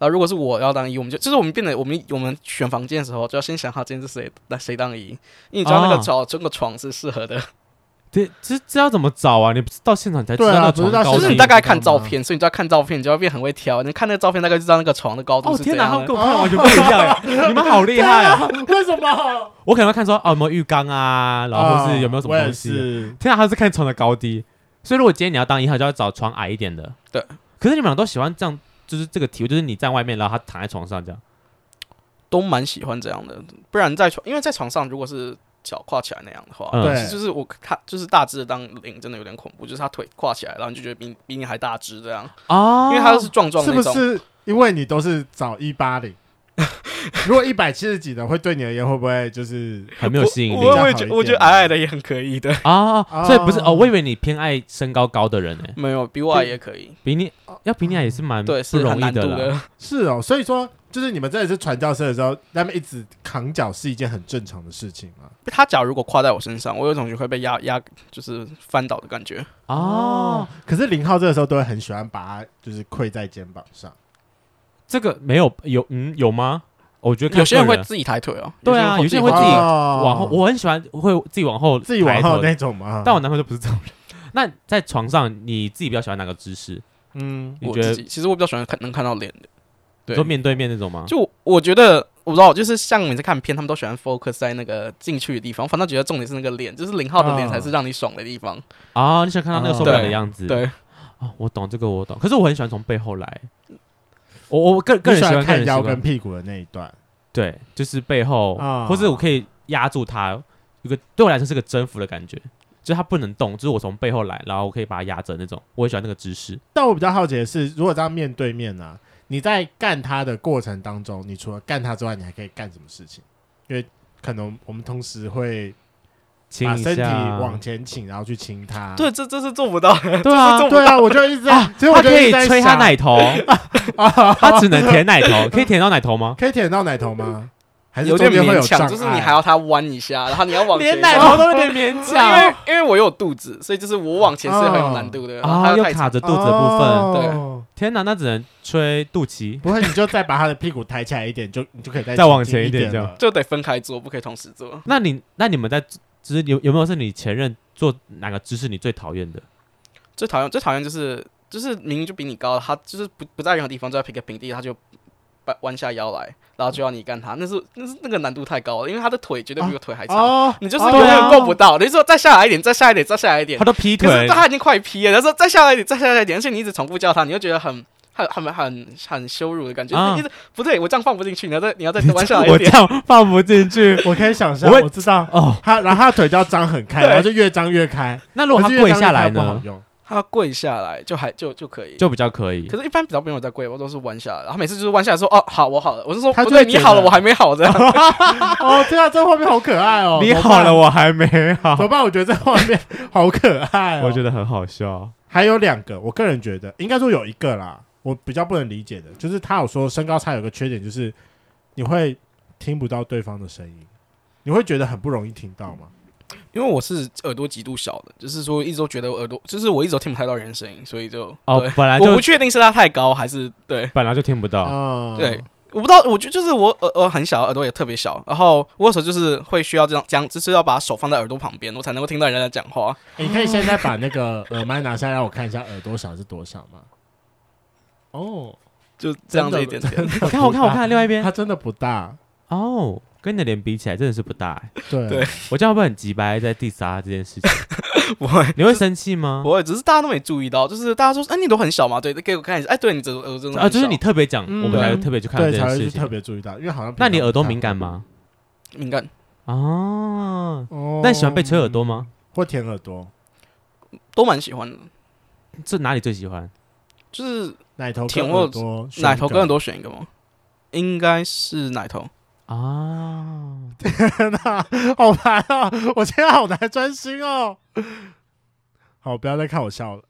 [SPEAKER 4] 然后如果是我要当一，我们就就是我们变得我们我们选房间的时候，就要先想好今天是谁那谁当一，因为你知道那
[SPEAKER 1] 啊
[SPEAKER 4] 个床、这个床是适合的，
[SPEAKER 1] 这这这要怎么找啊？你不是到现场才知
[SPEAKER 3] 对
[SPEAKER 1] 道
[SPEAKER 3] 啊
[SPEAKER 1] 那
[SPEAKER 3] 不是
[SPEAKER 1] 床
[SPEAKER 3] 到
[SPEAKER 1] 高
[SPEAKER 3] 现
[SPEAKER 4] [LAUGHS] 就是
[SPEAKER 3] 场
[SPEAKER 1] 低
[SPEAKER 4] 你大概看照
[SPEAKER 1] 嗯
[SPEAKER 4] 片，所以你就要看照片，你就要变很会挑，你看那个照片大概就知道那个床的高度
[SPEAKER 1] 哦
[SPEAKER 4] 是怎
[SPEAKER 1] 天哪，他们
[SPEAKER 4] 样的。
[SPEAKER 1] 跟我看的完全不一样哎！你们好厉害啊！
[SPEAKER 3] 为什么？
[SPEAKER 1] 我可能会看说哦有没有浴缸啊，然后或是有没有什么
[SPEAKER 3] 啊我也
[SPEAKER 1] 东西。
[SPEAKER 3] 是
[SPEAKER 1] 天哪，他是看床的高低，所以如果今天你要当一号，就要找床矮一点的。
[SPEAKER 4] 对，
[SPEAKER 1] 可是你们俩都喜欢这样，就是这个体位，就是你站外面，然后他躺在床上这样。
[SPEAKER 4] 都蛮喜欢这样的，不然在床，因为在床上如果是脚跨起来那样的话，
[SPEAKER 1] 嗯
[SPEAKER 3] 对
[SPEAKER 4] 其实就是我看就是大只的当零真的有点恐怖，就是他腿跨起来，然后你就觉得比比你还大只这样，
[SPEAKER 1] 哦
[SPEAKER 4] 因为他都是壮壮
[SPEAKER 3] 是
[SPEAKER 4] 那
[SPEAKER 3] 不
[SPEAKER 4] 种，
[SPEAKER 3] 是因为你都是找一八
[SPEAKER 4] [LAUGHS]
[SPEAKER 3] 零？如果一百七十几的，会对你而言会不会就是
[SPEAKER 1] 很没有吸引力
[SPEAKER 4] 我我也
[SPEAKER 3] 比较好一
[SPEAKER 4] 觉
[SPEAKER 3] 点
[SPEAKER 4] 我觉得矮矮的也很可以的，
[SPEAKER 1] 啊，
[SPEAKER 3] 哦
[SPEAKER 1] 所以不是哦，我以为你偏爱身高高的人呢，
[SPEAKER 4] 没有比我矮也可 [LAUGHS] 以，
[SPEAKER 1] 比你要比你矮也是蛮
[SPEAKER 4] 对，
[SPEAKER 1] 不
[SPEAKER 4] 是很
[SPEAKER 1] 容易
[SPEAKER 4] 难度
[SPEAKER 1] 啦。
[SPEAKER 4] 的，
[SPEAKER 3] 是哦？所以说，就是你们真的是传教士的时候，他们一直扛脚是一件很正常的事情嘛。
[SPEAKER 4] 他脚如果跨在我身上，我有一种就会被压压就是翻倒的感觉，
[SPEAKER 1] 哦，，
[SPEAKER 3] 可是零号这个时候都会很喜欢把它就是跪在肩膀上，
[SPEAKER 1] 这个没有有嗯有吗？我觉得看
[SPEAKER 4] 有些人
[SPEAKER 1] 个
[SPEAKER 4] 会
[SPEAKER 1] 人
[SPEAKER 4] 自己抬腿哦，
[SPEAKER 1] 对啊有些人会自己往
[SPEAKER 3] 往
[SPEAKER 1] 后，我很喜欢会自己往后
[SPEAKER 3] 哦自己往
[SPEAKER 1] 抬
[SPEAKER 3] 后
[SPEAKER 1] 头
[SPEAKER 3] 那种嘛。
[SPEAKER 1] 但我男朋友就不是这种人。那在床上你自己比较喜欢哪个姿势？
[SPEAKER 3] 嗯，
[SPEAKER 1] 你
[SPEAKER 4] 我
[SPEAKER 1] 觉
[SPEAKER 4] 自
[SPEAKER 1] 得
[SPEAKER 4] 己其实我比较喜欢看能看到脸的，对，
[SPEAKER 1] 说面对面那种吗？
[SPEAKER 4] 就我觉得，我不知道，就是像每次看片，他们都喜欢 focus 在那个进去的地方，我反倒觉得重点是那个脸，就是零号的脸
[SPEAKER 3] 啊
[SPEAKER 4] 才是让你爽的地方。
[SPEAKER 1] 啊，你想看到那个受不了的样子？
[SPEAKER 4] 对，
[SPEAKER 1] 哦，我懂这个，我懂。可是我很喜欢从背后来，我我我个个
[SPEAKER 3] 你
[SPEAKER 1] 人
[SPEAKER 3] 喜
[SPEAKER 1] 喜
[SPEAKER 3] 欢
[SPEAKER 1] 欢个人
[SPEAKER 3] 看
[SPEAKER 1] 习
[SPEAKER 3] 腰
[SPEAKER 1] 惯
[SPEAKER 3] 跟屁股的那一段，
[SPEAKER 1] 对，就是背后，
[SPEAKER 3] 啊
[SPEAKER 1] 或是我可以压住他，有个对我来说是个征服的感觉，就是他不能动，就是我从背后来，然后我可以把他压着那种，我很喜欢那个姿势。
[SPEAKER 3] 但我比较好奇的是，如果这样面对面呢、啊，你在干他的过程当中，你除了干他之外，你还可以干什么事情？因为可能我们同时会
[SPEAKER 1] 亲
[SPEAKER 3] 把
[SPEAKER 1] 一
[SPEAKER 3] 身体
[SPEAKER 1] 下啊
[SPEAKER 3] 往前倾，然后去亲他。
[SPEAKER 4] 对，这这是做不到的。
[SPEAKER 1] 对啊
[SPEAKER 4] 这是做不
[SPEAKER 3] 对
[SPEAKER 4] 到
[SPEAKER 3] 啊，我就一直在，
[SPEAKER 1] 啊，
[SPEAKER 3] 其实我
[SPEAKER 1] 他
[SPEAKER 3] 就
[SPEAKER 1] 可
[SPEAKER 3] 一直
[SPEAKER 1] 以
[SPEAKER 3] 在
[SPEAKER 1] 吹他
[SPEAKER 3] 想
[SPEAKER 1] 奶头，他只能舔奶头，可以舔到奶头吗？
[SPEAKER 3] 可以舔到奶头吗？还是
[SPEAKER 4] 有
[SPEAKER 3] 中
[SPEAKER 4] 点
[SPEAKER 3] 间会
[SPEAKER 4] 勉
[SPEAKER 3] 障
[SPEAKER 4] 强，
[SPEAKER 3] 碍？
[SPEAKER 4] 就是你还要它弯一下，然后你要往前
[SPEAKER 1] [LAUGHS] 连奶头都有点勉
[SPEAKER 4] [LAUGHS] 因为
[SPEAKER 1] 强
[SPEAKER 4] 因为我有肚子，所以就是我往前是很有难度的。然后它
[SPEAKER 1] 啊，
[SPEAKER 4] 哦又
[SPEAKER 1] 又
[SPEAKER 4] 太
[SPEAKER 1] 卡
[SPEAKER 4] 长
[SPEAKER 1] 着肚子的部分。
[SPEAKER 3] 哦
[SPEAKER 1] 天哪，那只能吹肚脐。
[SPEAKER 3] 不会，你就再把他的屁股抬起来一点，就你就可以再
[SPEAKER 1] 再往
[SPEAKER 3] 前
[SPEAKER 1] 前
[SPEAKER 3] 一
[SPEAKER 1] 一点
[SPEAKER 3] 了
[SPEAKER 1] 这样
[SPEAKER 4] 就得分开做，不可以同时做。
[SPEAKER 1] 那你那你们在就是有有没有是你前任做哪个姿势你最讨厌的？
[SPEAKER 4] 最讨厌最讨厌就是就是明明就比你高，他就是不不在任何地方，就在平个平地，他就弯弯下腰来，然后就要你干他，那是那是那个难度太高了，因为他的腿绝对比我腿还长，
[SPEAKER 3] 哦，
[SPEAKER 4] 你就是
[SPEAKER 3] 哦
[SPEAKER 4] 永远够
[SPEAKER 3] 对啊
[SPEAKER 4] 不到。你说再下来一点，再下来一点，再下来一点
[SPEAKER 1] 他，都劈
[SPEAKER 4] [LAUGHS] 可是
[SPEAKER 1] 腿，
[SPEAKER 4] 他已经快劈了，他说再下来一点，再下来一点，而且你一直重复叫他，你就觉得很。很很很很羞辱的感觉，
[SPEAKER 1] 啊
[SPEAKER 4] 你一直不对，我这样放不进去，你要再你要再弯下来一
[SPEAKER 1] 我这 [LAUGHS]
[SPEAKER 4] 点，
[SPEAKER 1] 样放不进去
[SPEAKER 3] 我可以想象，
[SPEAKER 1] 我会
[SPEAKER 3] 我知道
[SPEAKER 1] 哦。
[SPEAKER 3] [LAUGHS] 他，然后他的腿就要张很开，
[SPEAKER 4] 对
[SPEAKER 3] 然后就越张越开。
[SPEAKER 1] 那如果他
[SPEAKER 3] 可是越
[SPEAKER 1] 跪
[SPEAKER 3] 张越
[SPEAKER 1] 下
[SPEAKER 3] 开
[SPEAKER 1] 来
[SPEAKER 3] 不好
[SPEAKER 1] 呢，
[SPEAKER 3] 用
[SPEAKER 4] 他跪下来就还就就可以，
[SPEAKER 1] 就比较可以
[SPEAKER 4] 可。是，一般比较没有在跪，我都是弯下来。然后每次就是弯下来说：“哦，好，我好了。”我是说：“
[SPEAKER 3] 他
[SPEAKER 4] 不
[SPEAKER 3] 就会
[SPEAKER 4] 对，你
[SPEAKER 3] 觉
[SPEAKER 4] 好了，
[SPEAKER 3] 得
[SPEAKER 4] 我还没好。”
[SPEAKER 1] [LAUGHS]
[SPEAKER 4] 这样
[SPEAKER 3] 哦，对啊，这画面好可爱哦。
[SPEAKER 1] 你
[SPEAKER 3] 怎么
[SPEAKER 1] 好
[SPEAKER 3] 办
[SPEAKER 1] 了，，我还没
[SPEAKER 3] 怎
[SPEAKER 1] 好，
[SPEAKER 3] 么办？我觉得这画面好可爱哦。
[SPEAKER 1] 我觉
[SPEAKER 3] 得
[SPEAKER 1] 得很好笑。
[SPEAKER 3] 还有两个，我个人觉得应该说有一个啦，我比较不能理解的，就是他有说身高差有个缺点，就是你会听不到对方的声音，你会觉得很不容易听到吗？
[SPEAKER 4] 因为我是耳朵极度小的，就是说一直都觉得我耳朵，就是我一直都听不太到人声音，所以就
[SPEAKER 1] 哦
[SPEAKER 4] 对，
[SPEAKER 1] 本来
[SPEAKER 4] 我
[SPEAKER 1] 就
[SPEAKER 4] 不确定是他太高还是对，
[SPEAKER 1] 本来就听不到，
[SPEAKER 3] 啊，
[SPEAKER 4] 对，我不知道。我觉得就是我耳耳很小，耳朵也特别小，然后我有时候就是会需要这样这样，就是要把手放在耳朵旁边，我才能够听到人家讲话。
[SPEAKER 3] 欸你可以现在把那个耳麦拿下来，让我看一下耳朵小是多少吗？哦，
[SPEAKER 4] 就这
[SPEAKER 3] 真
[SPEAKER 4] 样子
[SPEAKER 3] 的
[SPEAKER 4] 一点
[SPEAKER 1] [LAUGHS]
[SPEAKER 4] 点，
[SPEAKER 1] 我看我看我看另外一边
[SPEAKER 3] 它真的不大，
[SPEAKER 1] 哦，跟你的脸比起来真的是不大欸。
[SPEAKER 3] 对
[SPEAKER 4] 对
[SPEAKER 1] 我这样会不会很急白在第三啊这件事 [LAUGHS] 情？
[SPEAKER 4] 不会。
[SPEAKER 1] 你会生气吗？
[SPEAKER 4] 不会，只是大家都没注意到，就是大家说，哎、你都很小嘛，对，给我看一下，哎，对你这耳朵真的
[SPEAKER 1] 啊，
[SPEAKER 4] 很
[SPEAKER 1] 就是
[SPEAKER 4] 小
[SPEAKER 1] 你特别讲，
[SPEAKER 3] 嗯
[SPEAKER 1] 我们才会特别去看
[SPEAKER 3] 对，
[SPEAKER 1] 这
[SPEAKER 3] 才
[SPEAKER 1] 件
[SPEAKER 3] 会
[SPEAKER 1] 事
[SPEAKER 3] 去特
[SPEAKER 1] 情。
[SPEAKER 3] 别注意到，因为好像平
[SPEAKER 1] 那
[SPEAKER 3] 常
[SPEAKER 1] 你耳朵
[SPEAKER 3] 不太
[SPEAKER 1] 敏感吗？
[SPEAKER 4] 敏感，
[SPEAKER 1] 哦，
[SPEAKER 3] 哦
[SPEAKER 1] 那你喜欢被吹耳朵吗？
[SPEAKER 3] 或舔耳朵、
[SPEAKER 4] 都蛮喜欢的，
[SPEAKER 1] 这哪里最喜欢？
[SPEAKER 4] 就是
[SPEAKER 3] 奶头、
[SPEAKER 4] 舔或
[SPEAKER 3] 耳朵、胸
[SPEAKER 4] 奶头跟
[SPEAKER 3] 梗 [LAUGHS]
[SPEAKER 4] 耳朵选一个吗？应该是奶头，
[SPEAKER 1] 啊，
[SPEAKER 3] 天哪，好难啊！我今天好难专心哦。好，不要再看我笑了。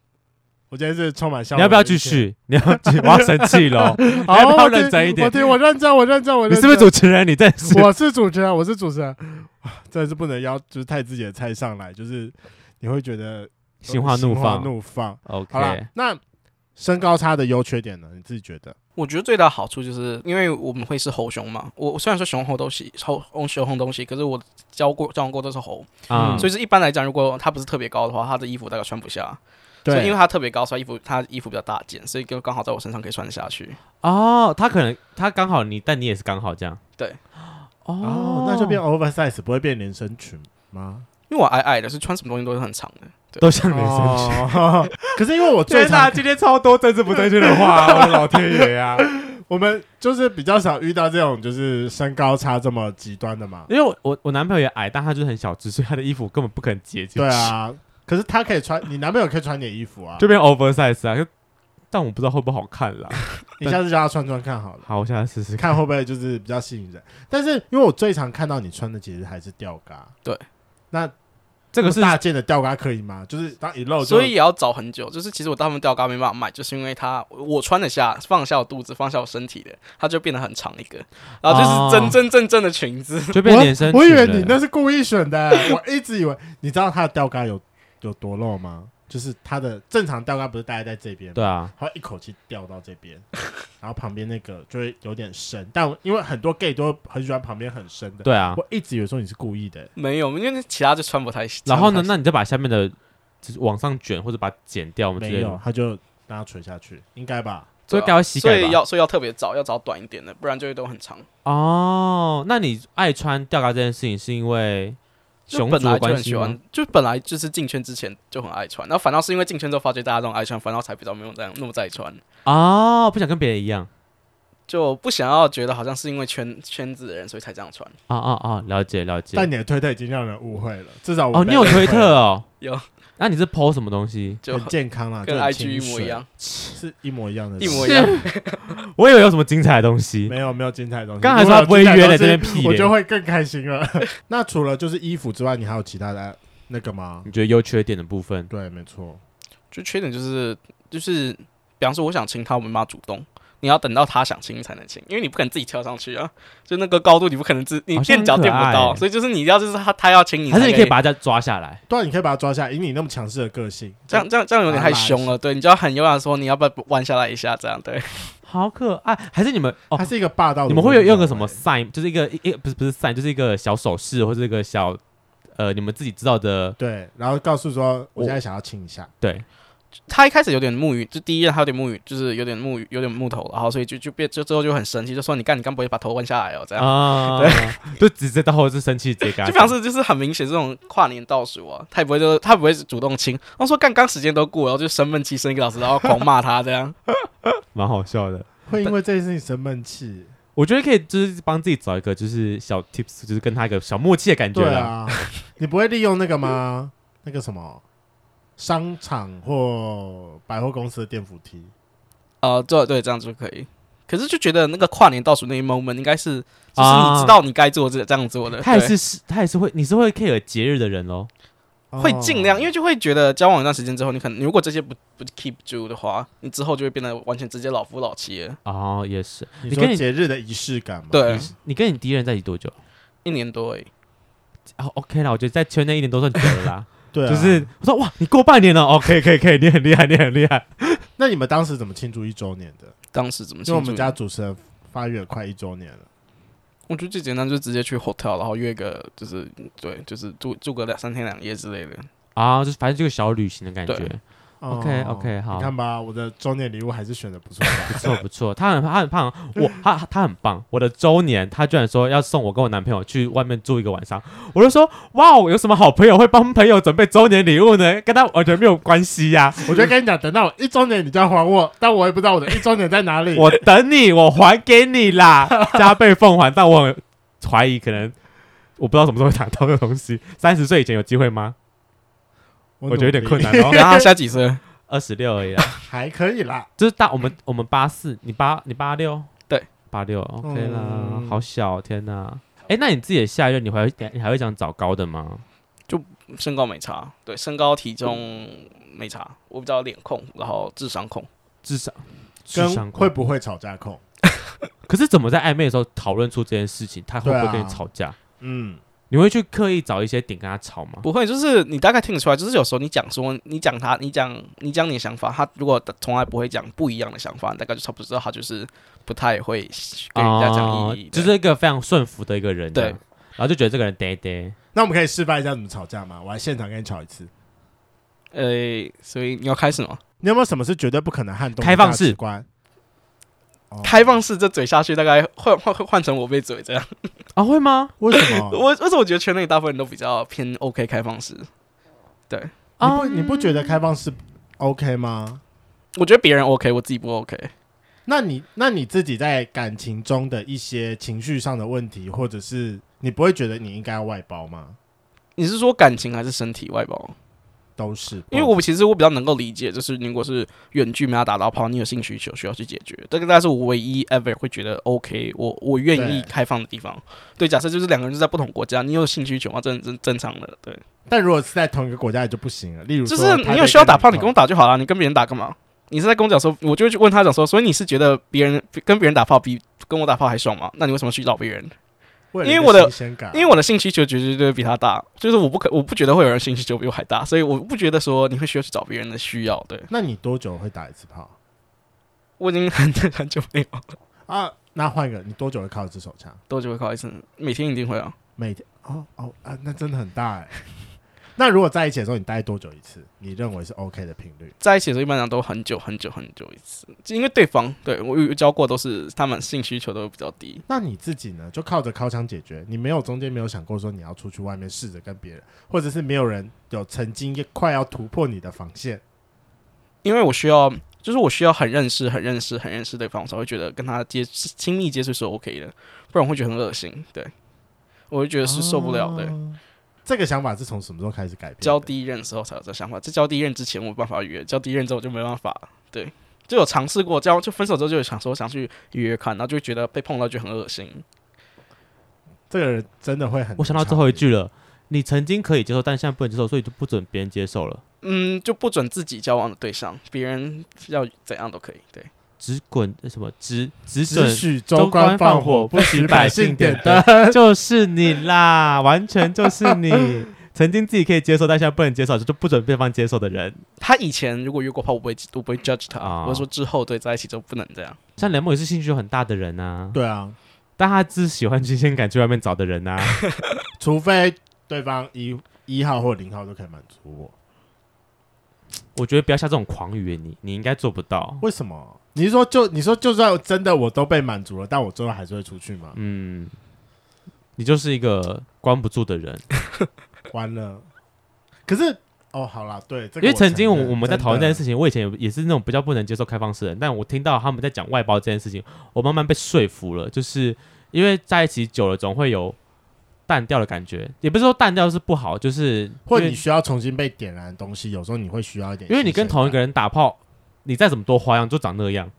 [SPEAKER 3] 我今天是充满笑。
[SPEAKER 1] 你要不要继？续？你要
[SPEAKER 3] [LAUGHS]
[SPEAKER 1] 继，我要生气了。
[SPEAKER 3] 好，
[SPEAKER 1] 你要不要
[SPEAKER 3] 哦我听
[SPEAKER 1] 认真一点
[SPEAKER 3] 我听，我认真，我认真，我
[SPEAKER 1] 你
[SPEAKER 3] 认
[SPEAKER 1] 是
[SPEAKER 3] 真
[SPEAKER 1] 不是主持人？你在是
[SPEAKER 3] 我是主持人，我是主持人，哇真的是不能要就是太自己的菜上来，就是你会觉得
[SPEAKER 1] [LAUGHS] 心花怒放。
[SPEAKER 3] 怒放。好了
[SPEAKER 1] OK，，
[SPEAKER 3] 那身高差的优缺点呢？你自己觉得？
[SPEAKER 4] 我觉得最大的好处就是，因为我们会是猴熊嘛，我我虽然说熊猴东西，猴熊猴东西，可是我教过教过都是猴，
[SPEAKER 1] 啊
[SPEAKER 3] 嗯
[SPEAKER 4] 所以是一般来讲，如果他不是特别高的话，他的衣服大概穿不下，所以因为他特别高，所以他衣服他衣服比较大件，所以就刚好在我身上可以穿得下去。
[SPEAKER 1] 哦，他可能他刚好你，但你也是刚好这样。
[SPEAKER 4] 对。
[SPEAKER 1] 哦
[SPEAKER 3] 哦，，那就变 oversize，不会变连身裙吗？
[SPEAKER 4] 因为我矮矮的，所以穿什么东西都是很长的。对，
[SPEAKER 1] 都
[SPEAKER 3] [LAUGHS]
[SPEAKER 1] 像连身裙。
[SPEAKER 3] 哦， [LAUGHS] 可是因为我最常，
[SPEAKER 1] 今天超多政治不正确的话，
[SPEAKER 3] [LAUGHS]
[SPEAKER 1] 我的老天爷啊！
[SPEAKER 3] 我们就是比较少遇到这种就是身高差这么极端的嘛。
[SPEAKER 1] 因为我我我男朋友也矮，但他就是很小只，所以他的衣服根本不肯结进去
[SPEAKER 3] 对，啊，可是他可以穿，你男朋友可以穿你的衣服啊，
[SPEAKER 1] 就变 oversize 啊。就但我不知道会不会好看啦。
[SPEAKER 3] 你下次叫他穿穿看好了。
[SPEAKER 1] 好，我现在试试看。
[SPEAKER 3] 看会不会就是比较吸引人。但是因为我最常看到你穿的其实还是吊嘎，
[SPEAKER 1] 这个是
[SPEAKER 3] 大件的吊嘎可以吗？就是当一
[SPEAKER 1] 哦
[SPEAKER 3] 露就，
[SPEAKER 4] 所以也要找很久。就是其实我大部分吊嘎没办法卖，就是因为它我穿得下，放得下我肚子，放得下我身体的，它就变得很长一个，然
[SPEAKER 1] 哦
[SPEAKER 4] 后就是真真正正的裙子。
[SPEAKER 1] 就变连身
[SPEAKER 3] 我
[SPEAKER 1] 裙
[SPEAKER 3] 我
[SPEAKER 1] 了。
[SPEAKER 3] 以为你那是故意选的， [LAUGHS] 我一直以为你知道它的吊嘎有有多露吗？就是它的正常吊嘎不是大概在这边吗，
[SPEAKER 1] 对啊，
[SPEAKER 3] 它会一口气掉到这边， [LAUGHS] 然后旁边那个就会有点深，但我因为很多 gay 都很喜欢旁边很深的，
[SPEAKER 1] 对啊。
[SPEAKER 3] 我一直以为说你是故意的，
[SPEAKER 4] 没有，因为其他就穿不太。
[SPEAKER 1] 然后呢
[SPEAKER 4] 穿，不太
[SPEAKER 1] 那你再把下面的就是往上卷，或者把它剪掉，我们之
[SPEAKER 3] 没
[SPEAKER 1] 类
[SPEAKER 3] 有
[SPEAKER 1] 的，，
[SPEAKER 3] 他就让它垂下去，应该吧？
[SPEAKER 1] 所以改到膝
[SPEAKER 4] 啊所
[SPEAKER 1] 盖
[SPEAKER 4] 以
[SPEAKER 1] 吧。
[SPEAKER 4] 要所以要特别找，要找短一点的，不然就会都很长。
[SPEAKER 1] 哦，那你爱穿吊嘎这件事情是因为
[SPEAKER 4] 就
[SPEAKER 1] 熊
[SPEAKER 4] 本
[SPEAKER 1] 族
[SPEAKER 4] 来
[SPEAKER 1] 的
[SPEAKER 4] 就
[SPEAKER 1] 关
[SPEAKER 4] 很
[SPEAKER 1] 系
[SPEAKER 4] 喜
[SPEAKER 1] 吗
[SPEAKER 4] 欢？，就本来就是进圈之前就很爱穿，然后反倒是因为进圈之后发觉大家都很爱穿，反倒才比较没有这样那么在意穿，
[SPEAKER 1] 哦，不想跟别人一样。
[SPEAKER 4] 就不想要觉得好像是因为圈圈子的人所以才这样穿。
[SPEAKER 1] 啊啊啊！了解了解。
[SPEAKER 3] 但你的推特已经让人误会了，至少我
[SPEAKER 1] 哦，
[SPEAKER 3] 被
[SPEAKER 1] 你有
[SPEAKER 3] 误会
[SPEAKER 1] 推特 [LAUGHS] 哦？
[SPEAKER 4] 有。
[SPEAKER 1] 那你是 PO 什么东西？
[SPEAKER 4] 就
[SPEAKER 3] 很健康啊啦，
[SPEAKER 4] 跟
[SPEAKER 3] 就很
[SPEAKER 4] IG 一
[SPEAKER 3] 清
[SPEAKER 4] 模
[SPEAKER 3] 水
[SPEAKER 4] 一样，
[SPEAKER 3] 是一模一样的，
[SPEAKER 4] 一模一样。
[SPEAKER 1] 我以为有什么精彩的东西。
[SPEAKER 3] 没有没有精彩的东西。
[SPEAKER 1] 刚才说他不会约的，这边屁
[SPEAKER 3] 我就
[SPEAKER 1] 嘞。
[SPEAKER 3] 会更开心了。 [LAUGHS] 那除了就是衣服之外，你还有其他的那个吗？
[SPEAKER 1] 你觉得优缺点的部分？
[SPEAKER 3] 对，没错，
[SPEAKER 4] 就缺点就是就是，比方说我想亲他，我没办法主动。你要等到他想亲你才能亲，因为你不可能自己跳上去啊！就那个高度，你不可能自你
[SPEAKER 1] 好像
[SPEAKER 4] 垫脚
[SPEAKER 1] 很可
[SPEAKER 4] 垫不
[SPEAKER 1] 爱
[SPEAKER 4] 到，
[SPEAKER 1] 欸
[SPEAKER 4] 所以就是你要就是他他要亲你，
[SPEAKER 1] 还是你可以
[SPEAKER 4] 以
[SPEAKER 1] 把它抓下来？
[SPEAKER 3] 对啊，你可以把它抓下来，以你那么强势的个性，
[SPEAKER 4] 这样这样这样有点太凶了，对，你就要很优雅地说你要不要弯下来一下，这样对。
[SPEAKER 1] 好可爱！还是你们哦
[SPEAKER 3] 它？是一个霸道的。哎
[SPEAKER 1] 你们会有用个什么？sign，就是一个一一不是不是 sign，就是一个小手势或者一个小呃你们自己知道的
[SPEAKER 3] 对，然后告诉说我
[SPEAKER 1] 我
[SPEAKER 3] 现在想要亲一下，
[SPEAKER 1] 对
[SPEAKER 4] 他一开始有点木鱼，就第一任他有点木鱼，就是有点木鱼，有点木头了，然后所以就就变就之后就很生气，就说你干你干不会把头弯下来哦，这样。
[SPEAKER 1] 啊，就直接到后是生气直接给他
[SPEAKER 4] 就
[SPEAKER 1] 讲，
[SPEAKER 4] 表示就是很明显这种跨年倒数啊，他也不会就他不会主动亲，然后说干刚时间都过了，然后就生闷气生一个小时，然后狂骂他
[SPEAKER 1] [LAUGHS]
[SPEAKER 4] 这样。
[SPEAKER 1] 蛮好笑的。
[SPEAKER 3] 会因为这件事情生闷气。
[SPEAKER 1] 我觉得可以就是帮自己找一个就是小 tips，就是跟他一个小默契的感觉
[SPEAKER 3] 对
[SPEAKER 1] 啦。
[SPEAKER 3] 啊，
[SPEAKER 1] [LAUGHS]
[SPEAKER 3] 你不会利用那个吗？那个什么商场或百货公司的电扶梯？
[SPEAKER 4] 呃，对对，这样就可以。可是就觉得那个跨年倒数那一 moment 应该是，就是
[SPEAKER 1] 啊
[SPEAKER 4] 你知道你该做这这样做的，
[SPEAKER 1] 他也
[SPEAKER 4] 对
[SPEAKER 1] 是是，他也是会，你是会 care 节日的人咯。哦
[SPEAKER 4] 会
[SPEAKER 3] 哦
[SPEAKER 4] 尽量，因为就会觉得交往一段时间之后，你可能你如果这些不不 keep 住的话，你之后就会变得完全直接老夫老妻了。
[SPEAKER 1] 哦，也是。
[SPEAKER 3] 你
[SPEAKER 1] 你
[SPEAKER 3] 说
[SPEAKER 1] 跟你
[SPEAKER 3] 节日的仪式感嘛？
[SPEAKER 4] 对，
[SPEAKER 1] 你跟你敌人在一起多久？
[SPEAKER 4] 一年多而已。
[SPEAKER 1] 哦，OK 啦，我觉得在圈内一年都算久了啦。
[SPEAKER 3] [LAUGHS] 对啊，
[SPEAKER 1] 就是我说哇，你过半年了，哦，可以可以可以，你很厉害，你很厉害。
[SPEAKER 3] 那你们当时怎么庆祝一周年的？
[SPEAKER 4] 当时怎么庆
[SPEAKER 3] 因为
[SPEAKER 4] 祝？
[SPEAKER 3] 我们家主持人发育了快一周年了，
[SPEAKER 4] 我觉得最简单就是直接去 hotel，然后约个就是对，就是住住个两三天两夜之类的。
[SPEAKER 1] 啊，就是反正这个小旅行的感觉
[SPEAKER 4] 对，
[SPEAKER 1] OK，
[SPEAKER 3] 哦
[SPEAKER 1] OK，好
[SPEAKER 3] 你看吧，我的周年礼物还是选的不错
[SPEAKER 1] 不
[SPEAKER 3] 吧？
[SPEAKER 1] 错不错。他很他很胖，我他他很棒。我的周年，他居然说要送我跟我男朋友去外面住一个晚上，我就说哇，有什么好朋友会帮朋友准备周年礼物呢？跟他完全没有关系
[SPEAKER 3] [LAUGHS]
[SPEAKER 1] 呀、
[SPEAKER 3] 我就跟你讲，等到我一周年你就要还我，但我也不知道我的一周年在哪里。
[SPEAKER 1] [LAUGHS] 我等你，我还给你啦，加倍奉还。但我很怀疑，可能我不知道什么时候会拿到这个东西。三十岁以前有机会吗？
[SPEAKER 3] 我
[SPEAKER 1] 我觉得有点困
[SPEAKER 3] 难，
[SPEAKER 1] 难哦。
[SPEAKER 4] 然后他现在几岁？
[SPEAKER 1] [LAUGHS] 二十六而已啦，
[SPEAKER 3] [LAUGHS] 还可以
[SPEAKER 4] [LAUGHS]
[SPEAKER 3] 啦。
[SPEAKER 1] 就是大我们我们八四，你八你八六，
[SPEAKER 4] 对，
[SPEAKER 1] 八六 OK 啦，
[SPEAKER 3] 嗯
[SPEAKER 1] 好小，天哪！哎，那你自己的下一任，你还会你还会想找高的吗？
[SPEAKER 4] 身高没差，对，身高体
[SPEAKER 3] 嗯
[SPEAKER 4] 重没差，我比较脸控，然后智商控，
[SPEAKER 1] 智商，智商
[SPEAKER 3] 跟
[SPEAKER 1] 控
[SPEAKER 3] 会不会吵架控？
[SPEAKER 1] 可是怎么在暧昧的时候讨论出这件事情，他会不
[SPEAKER 3] 对
[SPEAKER 1] 会
[SPEAKER 3] 啊
[SPEAKER 1] 跟你吵架？
[SPEAKER 3] 嗯，
[SPEAKER 1] 你会去刻意找一些点跟他吵吗？
[SPEAKER 4] 不会，就是你大概听得出来，就是有时候你讲说，你讲他，你讲你讲你的想法，他如果从来不会讲不一样的想法，你大概就差不多知道他就是不太会跟人家讲意义，
[SPEAKER 1] 哦
[SPEAKER 4] 对
[SPEAKER 1] 就是一个非常顺服的一个人，
[SPEAKER 4] 对
[SPEAKER 1] 这样，然后就觉得这个人呆呆。
[SPEAKER 3] 那我们可以示范一下怎么吵架吗？我来现场跟你吵一次。
[SPEAKER 4] 呃，所以你要开始吗？
[SPEAKER 3] 你有没有什么是绝对不可能撼动
[SPEAKER 1] 开放式
[SPEAKER 3] 价值观？哦
[SPEAKER 4] 开放式这嘴下去，大概换换换换成我被嘴这样。
[SPEAKER 1] 啊，会吗？
[SPEAKER 3] 为什么？
[SPEAKER 4] [LAUGHS] 我为什么我觉得圈内大部分人都比较偏 OK 开放式？
[SPEAKER 3] 你
[SPEAKER 1] 啊
[SPEAKER 3] 不，你不觉得开放式 OK 吗？
[SPEAKER 4] 我觉得别人 OK，我自己不 OK。
[SPEAKER 3] 那你那你自己在感情中的一些情绪上的问题，或者是你不会觉得你应该要外包吗？
[SPEAKER 4] 你是说感情还是身体外包？
[SPEAKER 3] 都是，
[SPEAKER 4] 因为我其实我比较能够理解，就是如果是远距没有打到炮，你有性需求需要去解决，这个大概是我唯一 ever 会觉得 OK，我我愿意
[SPEAKER 3] 对
[SPEAKER 4] 开放的地方。对，假设就是两个人是在不同国家，你有性需求吗？正正正常的，对，
[SPEAKER 3] 但如果是在同一个国家，也就不行了。例如
[SPEAKER 4] 就
[SPEAKER 3] 说，
[SPEAKER 4] 是
[SPEAKER 3] 台
[SPEAKER 4] 你
[SPEAKER 3] 北
[SPEAKER 4] 有需要打
[SPEAKER 3] 跟
[SPEAKER 4] 炮，你跟
[SPEAKER 3] 高
[SPEAKER 4] 我打就好了，你跟别人打干嘛？你是在跟我讲说，我就会去问他讲说，所以你是觉得别人跟别人打炮比跟我打炮还爽吗？那你为什么去找别人？
[SPEAKER 3] 为了一
[SPEAKER 4] 因
[SPEAKER 3] 个
[SPEAKER 4] 为我的
[SPEAKER 3] 新鲜感，
[SPEAKER 4] 因为我的性需求绝对比他大，就是我不可我不觉得会有人性需求比我还大，所以我不觉得说你会需要去找别人的需要。对
[SPEAKER 3] 那你多久会打一次炮
[SPEAKER 4] 我已经 [LAUGHS] 很很久没有了，
[SPEAKER 3] 啊？那换一个，你多久会靠一支手枪？
[SPEAKER 4] 多久会考一次？每天一定会啊。
[SPEAKER 1] 欸
[SPEAKER 3] 每天哦哦啊，那真的很大哎、 [LAUGHS] 那如果在一起的时候，你大概多久一次？你认为是 OK 的频率？
[SPEAKER 4] 在一起的时候一般讲都很久很久很久一次，就因为对方对我有教过都是他们性需求都比较低，
[SPEAKER 3] 那你自己呢？就靠着靠枪解决，你没有中间没有想过说你要出去外面试着跟别人，或者是没有人有曾经快要突破你的防线。
[SPEAKER 4] 因为我需要就是我需要很认识很认识很认识对方，我才会觉得跟他接亲密接触是 OK 的，不然我会觉得很恶心，对我就觉得是受不了的。
[SPEAKER 3] 哦这个想法是从什么时候开始改变的？
[SPEAKER 4] 交第一任的时候才有这想法，在交第一任之前我没办法约，交第一任之后我就没办法了，对，就有尝试过，交就分手之后就有想说想去约约看，然后就会觉得被碰到就很恶心，
[SPEAKER 3] 这个人真的会很……
[SPEAKER 1] 我想到最后一，句了，你曾经可以接受，但现在不能接受，所以就不准别人接受了，
[SPEAKER 4] 嗯，就不准自己交往的对象，别人要怎样都可以，对。
[SPEAKER 1] 只滚呃什么只只
[SPEAKER 3] 只
[SPEAKER 1] 准
[SPEAKER 3] 许州
[SPEAKER 1] 州
[SPEAKER 3] 官
[SPEAKER 1] 官
[SPEAKER 3] 放
[SPEAKER 1] 放
[SPEAKER 3] 火，
[SPEAKER 1] 火
[SPEAKER 3] 不
[SPEAKER 1] 不
[SPEAKER 3] 许
[SPEAKER 1] 许
[SPEAKER 3] 百
[SPEAKER 1] 百
[SPEAKER 3] 姓
[SPEAKER 1] 姓
[SPEAKER 3] 点
[SPEAKER 1] 点 [LAUGHS]
[SPEAKER 3] 灯。
[SPEAKER 1] 就是你啦，完全就是
[SPEAKER 3] [LAUGHS]
[SPEAKER 1] 你。曾经自己可以接受，但现在不能接受，就就不准对方接受的人。
[SPEAKER 4] 他以前如果约过炮，我不会，我不会 judge 他。
[SPEAKER 1] 啊
[SPEAKER 4] 我说之后对在一起就不能这样。
[SPEAKER 1] 像雷梦也是兴趣很大的人啊，
[SPEAKER 3] 对啊，
[SPEAKER 1] 但他只喜欢新鲜感去外面找的人啊。
[SPEAKER 3] [LAUGHS] 除非对方一一号或零号都可以满足我，
[SPEAKER 1] 我觉得不要下这种狂语，你你应该做不到。
[SPEAKER 3] 为什么？你是说就你说就算真的我都被满足了，但我最后还是会出去吗？
[SPEAKER 1] 嗯，你就是一个关不住的人，
[SPEAKER 3] 完了，可是哦，好啦，对，这个、
[SPEAKER 1] 因为曾经我我们在讨论这件
[SPEAKER 3] 情，
[SPEAKER 1] 事情，我以前也也是那种比较不能接受开放式的人，但我听到他们在讲外包这件事情，我慢慢被说服了，就是因为在一起久了，总会有淡掉的感觉，也不是说淡掉是不好，就是
[SPEAKER 3] 或
[SPEAKER 1] 因
[SPEAKER 3] 者
[SPEAKER 1] 为
[SPEAKER 3] 你需要重新被点燃的东西，有时候你会需要一点，
[SPEAKER 1] 因为你跟同一个
[SPEAKER 3] 人，
[SPEAKER 1] 人打炮，你再怎么多花样，就长那样。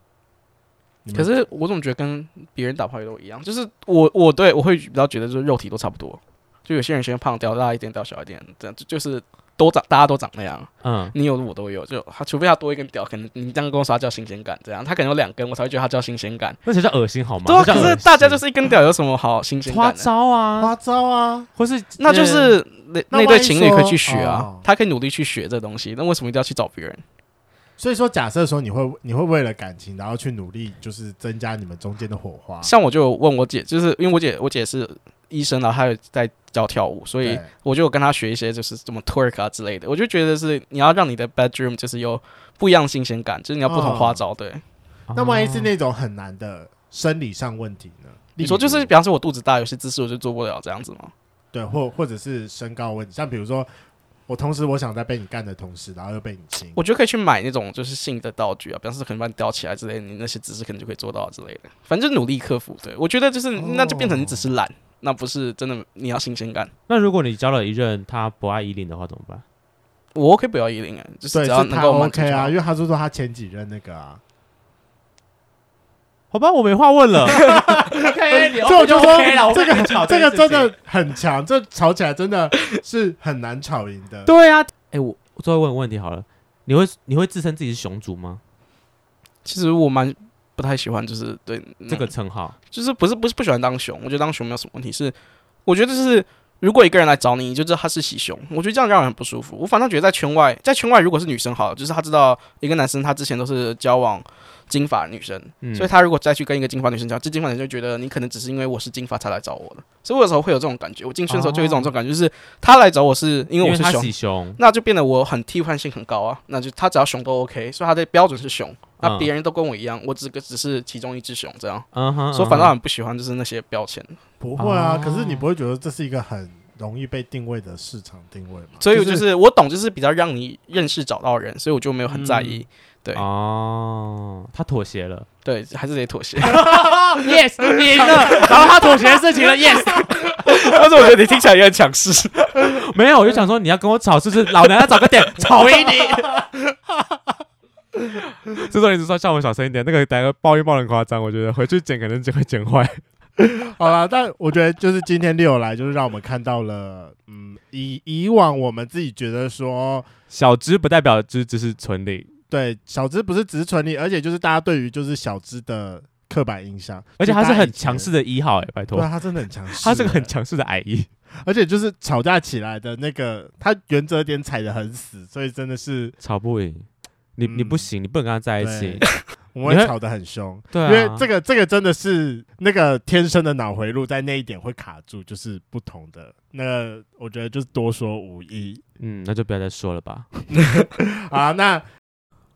[SPEAKER 3] 你
[SPEAKER 4] 可
[SPEAKER 3] 们
[SPEAKER 4] 是我总觉得跟别人打炮也都一样，就是我我对我会比较觉得就是肉体都差不多，就有些人先胖掉大一点，掉小一点，这样就就是都长大家都长那样，
[SPEAKER 1] 嗯，
[SPEAKER 4] 你有的我都有，就他除非他多一根屌，可能你这样跟我说他叫新鲜感，这样他可能有两根，我才会觉得他叫新鲜感。
[SPEAKER 1] 那才叫恶心好吗？
[SPEAKER 4] 对啊，
[SPEAKER 1] 那叫
[SPEAKER 4] 可
[SPEAKER 1] 恶
[SPEAKER 4] 是
[SPEAKER 1] 心
[SPEAKER 4] 大 [LAUGHS] 家就是一根屌，有什么好新鲜
[SPEAKER 1] 花
[SPEAKER 4] 感的？
[SPEAKER 1] 招啊，
[SPEAKER 3] 花招啊，
[SPEAKER 1] 或是
[SPEAKER 4] 那就
[SPEAKER 1] 呃
[SPEAKER 4] 是那
[SPEAKER 3] 那万
[SPEAKER 4] 那
[SPEAKER 3] 一
[SPEAKER 4] 对情侣可以去学
[SPEAKER 3] 说
[SPEAKER 4] 啊
[SPEAKER 3] 哦，
[SPEAKER 4] 他可以努力去学这东西，那为什么一定要去找别人？
[SPEAKER 3] 所以说假设说你会你会为了感情，然后去努力，就是增加你们中间的火花，
[SPEAKER 4] 像我就有问我姐，就是因为我姐我姐是医生，啊然后她有在教跳舞，所以
[SPEAKER 3] 对
[SPEAKER 4] 我就有跟她学一些就是怎么 twerk 啊之类的。我就觉得是你要让你的 bedroom 就是有不一样的新鲜感，就是你要不同花招。对，
[SPEAKER 3] 那万一是
[SPEAKER 1] 哦
[SPEAKER 3] 那种很难的生理上问题呢？
[SPEAKER 4] 你说
[SPEAKER 3] 例如
[SPEAKER 4] 就是比方说我肚子大，有些姿势我就做不了这样子吗？
[SPEAKER 3] 对，或或者是身高问题，像比如说我同时我想在被你干的同时，然后又被你亲，
[SPEAKER 4] 我觉得可以去买那种就是性的道具啊，比方说可能把你吊起来之类的，你那些姿势可能就可以做到之类的。反正就努力克服。对，我觉得就是那就变成你只是懒，那不是真的你要新鲜感。
[SPEAKER 1] 那如果你交了一任他不爱依林的话怎么办？
[SPEAKER 4] 我 OK 不要依恋啊，就是
[SPEAKER 3] 对，
[SPEAKER 4] 只要
[SPEAKER 3] 是
[SPEAKER 4] 能
[SPEAKER 3] 他
[SPEAKER 4] 够满足
[SPEAKER 3] OK
[SPEAKER 4] 就
[SPEAKER 3] 啊，
[SPEAKER 4] 好
[SPEAKER 3] 因。为他说说他前几任那个啊，
[SPEAKER 1] 好吧，我没话问了。OK， [LAUGHS]
[SPEAKER 3] 所以我哦就说这
[SPEAKER 1] 个
[SPEAKER 3] 这个真的很强，这吵起来真的是很难吵赢的。
[SPEAKER 1] 对啊。哎、我我最后问个问题好了，你会你会自称自己是熊族吗？
[SPEAKER 4] 其实我蛮不太喜欢，就是对
[SPEAKER 1] 这
[SPEAKER 4] 个。
[SPEAKER 1] 个称号，
[SPEAKER 4] 就是不是不是不喜欢当熊，我觉得当熊没有什么问题，是我觉得就是如果一个人来找你，你就知道他是喜熊，我觉得这样让人很不舒服。我反倒觉得在圈外，在圈外如果是女生好了，就是他知道一个男生他之前都是交往金发女生，
[SPEAKER 1] 嗯，
[SPEAKER 4] 所以他如果再去跟一个金发女生交往，这金发女生就觉得你可能只是因为我是金发才来找我的，所以我有时候会有这种感觉。我进去的时候就有一种这种感觉，就是他来找我是
[SPEAKER 1] 哦因
[SPEAKER 4] 因为
[SPEAKER 1] 为
[SPEAKER 4] 我是
[SPEAKER 1] 他
[SPEAKER 4] 熊，
[SPEAKER 1] 喜熊，
[SPEAKER 4] 那就变得我很替换性很高啊，那就他只要熊都 OK，所以他的标准是熊，那
[SPEAKER 1] 嗯
[SPEAKER 4] 别人都跟我一样，我只个只是其中一只熊这样。
[SPEAKER 1] 嗯哼，
[SPEAKER 4] 所以
[SPEAKER 1] 嗯
[SPEAKER 4] 反倒
[SPEAKER 1] 哼
[SPEAKER 4] 很不喜欢就是那些标签，
[SPEAKER 3] 不会啊，
[SPEAKER 1] 哦
[SPEAKER 3] 可是你不会觉得这是一个很容易被定位的市场定位吗？
[SPEAKER 4] 所以我就是是我懂，就是比较让你认识找到人，所以我就没有很在意，对
[SPEAKER 1] 哦，他妥协了
[SPEAKER 4] 对，还是得妥 [LAUGHS] 协。
[SPEAKER 1] 哦，yes 赢了，然后他妥协的事情了，yes
[SPEAKER 4] 但是我觉得你听起来也很强势，
[SPEAKER 1] [LAUGHS] 没有，我就想说你要跟我吵，是不是老娘要找个点吵赢你？ [LAUGHS] 制作人一直说叫我小声一点，那个大家爆音爆的夸张，我觉得回去剪可能就会剪坏。
[SPEAKER 3] 好了，但我觉得就是今天六来，就是让我们看到了，嗯，以以往我们自己觉得说，
[SPEAKER 1] 小只不代表只只是纯零，
[SPEAKER 3] 对小资不是只是纯利，而且就是大家对于就是小资的刻板印象，
[SPEAKER 1] 而且
[SPEAKER 3] 就大
[SPEAKER 1] 他
[SPEAKER 3] 家
[SPEAKER 1] 是
[SPEAKER 3] 以
[SPEAKER 1] 很
[SPEAKER 3] 前
[SPEAKER 1] 强势，的一号哎、拜
[SPEAKER 3] 对啊，
[SPEAKER 1] 托，
[SPEAKER 3] 他真的很强势，
[SPEAKER 1] 他是个很
[SPEAKER 3] 欸
[SPEAKER 1] 强势的矮一。
[SPEAKER 3] 而且就是吵架起来的那个，他原则点踩得很死，所以真的是
[SPEAKER 1] 吵不赢，你你不
[SPEAKER 3] 嗯
[SPEAKER 1] 行，你不能跟他在一起
[SPEAKER 3] 对。我们
[SPEAKER 1] 你
[SPEAKER 3] 会
[SPEAKER 1] 会
[SPEAKER 3] 吵得很凶，
[SPEAKER 1] 对啊，
[SPEAKER 3] 因为这个这个真的是那个天生的脑回路在那一点会卡住，就是不同的。那个我觉得就是多说无
[SPEAKER 1] [LAUGHS]
[SPEAKER 3] 益
[SPEAKER 1] 嗯，那就不要再说了吧。
[SPEAKER 3] 啊。那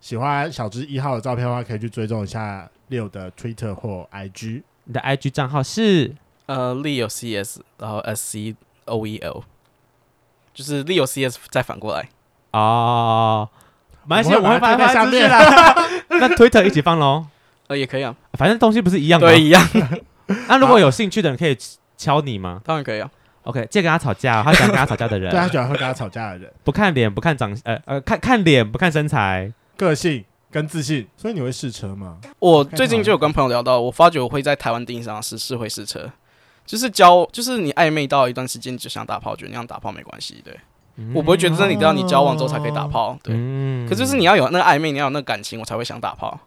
[SPEAKER 3] 喜欢小只一号的照片的话，可以去追踪一下六的 Twitter 或 IG。
[SPEAKER 1] 你的 IG 账号是
[SPEAKER 4] 呃，Leo CS，然后 S C O E L，就是 Leo CS 再反过来。
[SPEAKER 1] 哦，没关系，
[SPEAKER 3] 我
[SPEAKER 1] 我
[SPEAKER 3] 们
[SPEAKER 1] 会
[SPEAKER 3] 会把
[SPEAKER 1] 放
[SPEAKER 3] 它
[SPEAKER 1] 在
[SPEAKER 3] 放在
[SPEAKER 1] 下
[SPEAKER 3] 下
[SPEAKER 1] 面
[SPEAKER 3] 面
[SPEAKER 1] 啦。那 Twitter 一起放喽，
[SPEAKER 4] 呃，也可以啊，
[SPEAKER 1] 反正东西不是一样吗？
[SPEAKER 4] 对，一样，
[SPEAKER 1] 那如果有兴趣的人可以敲你吗
[SPEAKER 4] 当然可以啊。
[SPEAKER 1] ？OK，借跟他吵架哦，他喜欢跟他吵架的 [LAUGHS]
[SPEAKER 3] 对他
[SPEAKER 1] 人，
[SPEAKER 3] 喜欢会跟他吵架的人，
[SPEAKER 1] 不看脸，不看长，呃呃，看看脸，不看身材。
[SPEAKER 3] 个性跟自信。所以你会试车吗？
[SPEAKER 4] 我最近就有跟朋友聊到，我发觉我会在台湾定义上是试会试车，就是交，就是你暧昧到一段时间你就想打炮，觉得那样打炮没关系，对我不会觉得你都要你交往之后才可以打炮，对。
[SPEAKER 1] 嗯
[SPEAKER 4] 可就是你要有那个暧昧，你要有那个感情，我才会想打炮。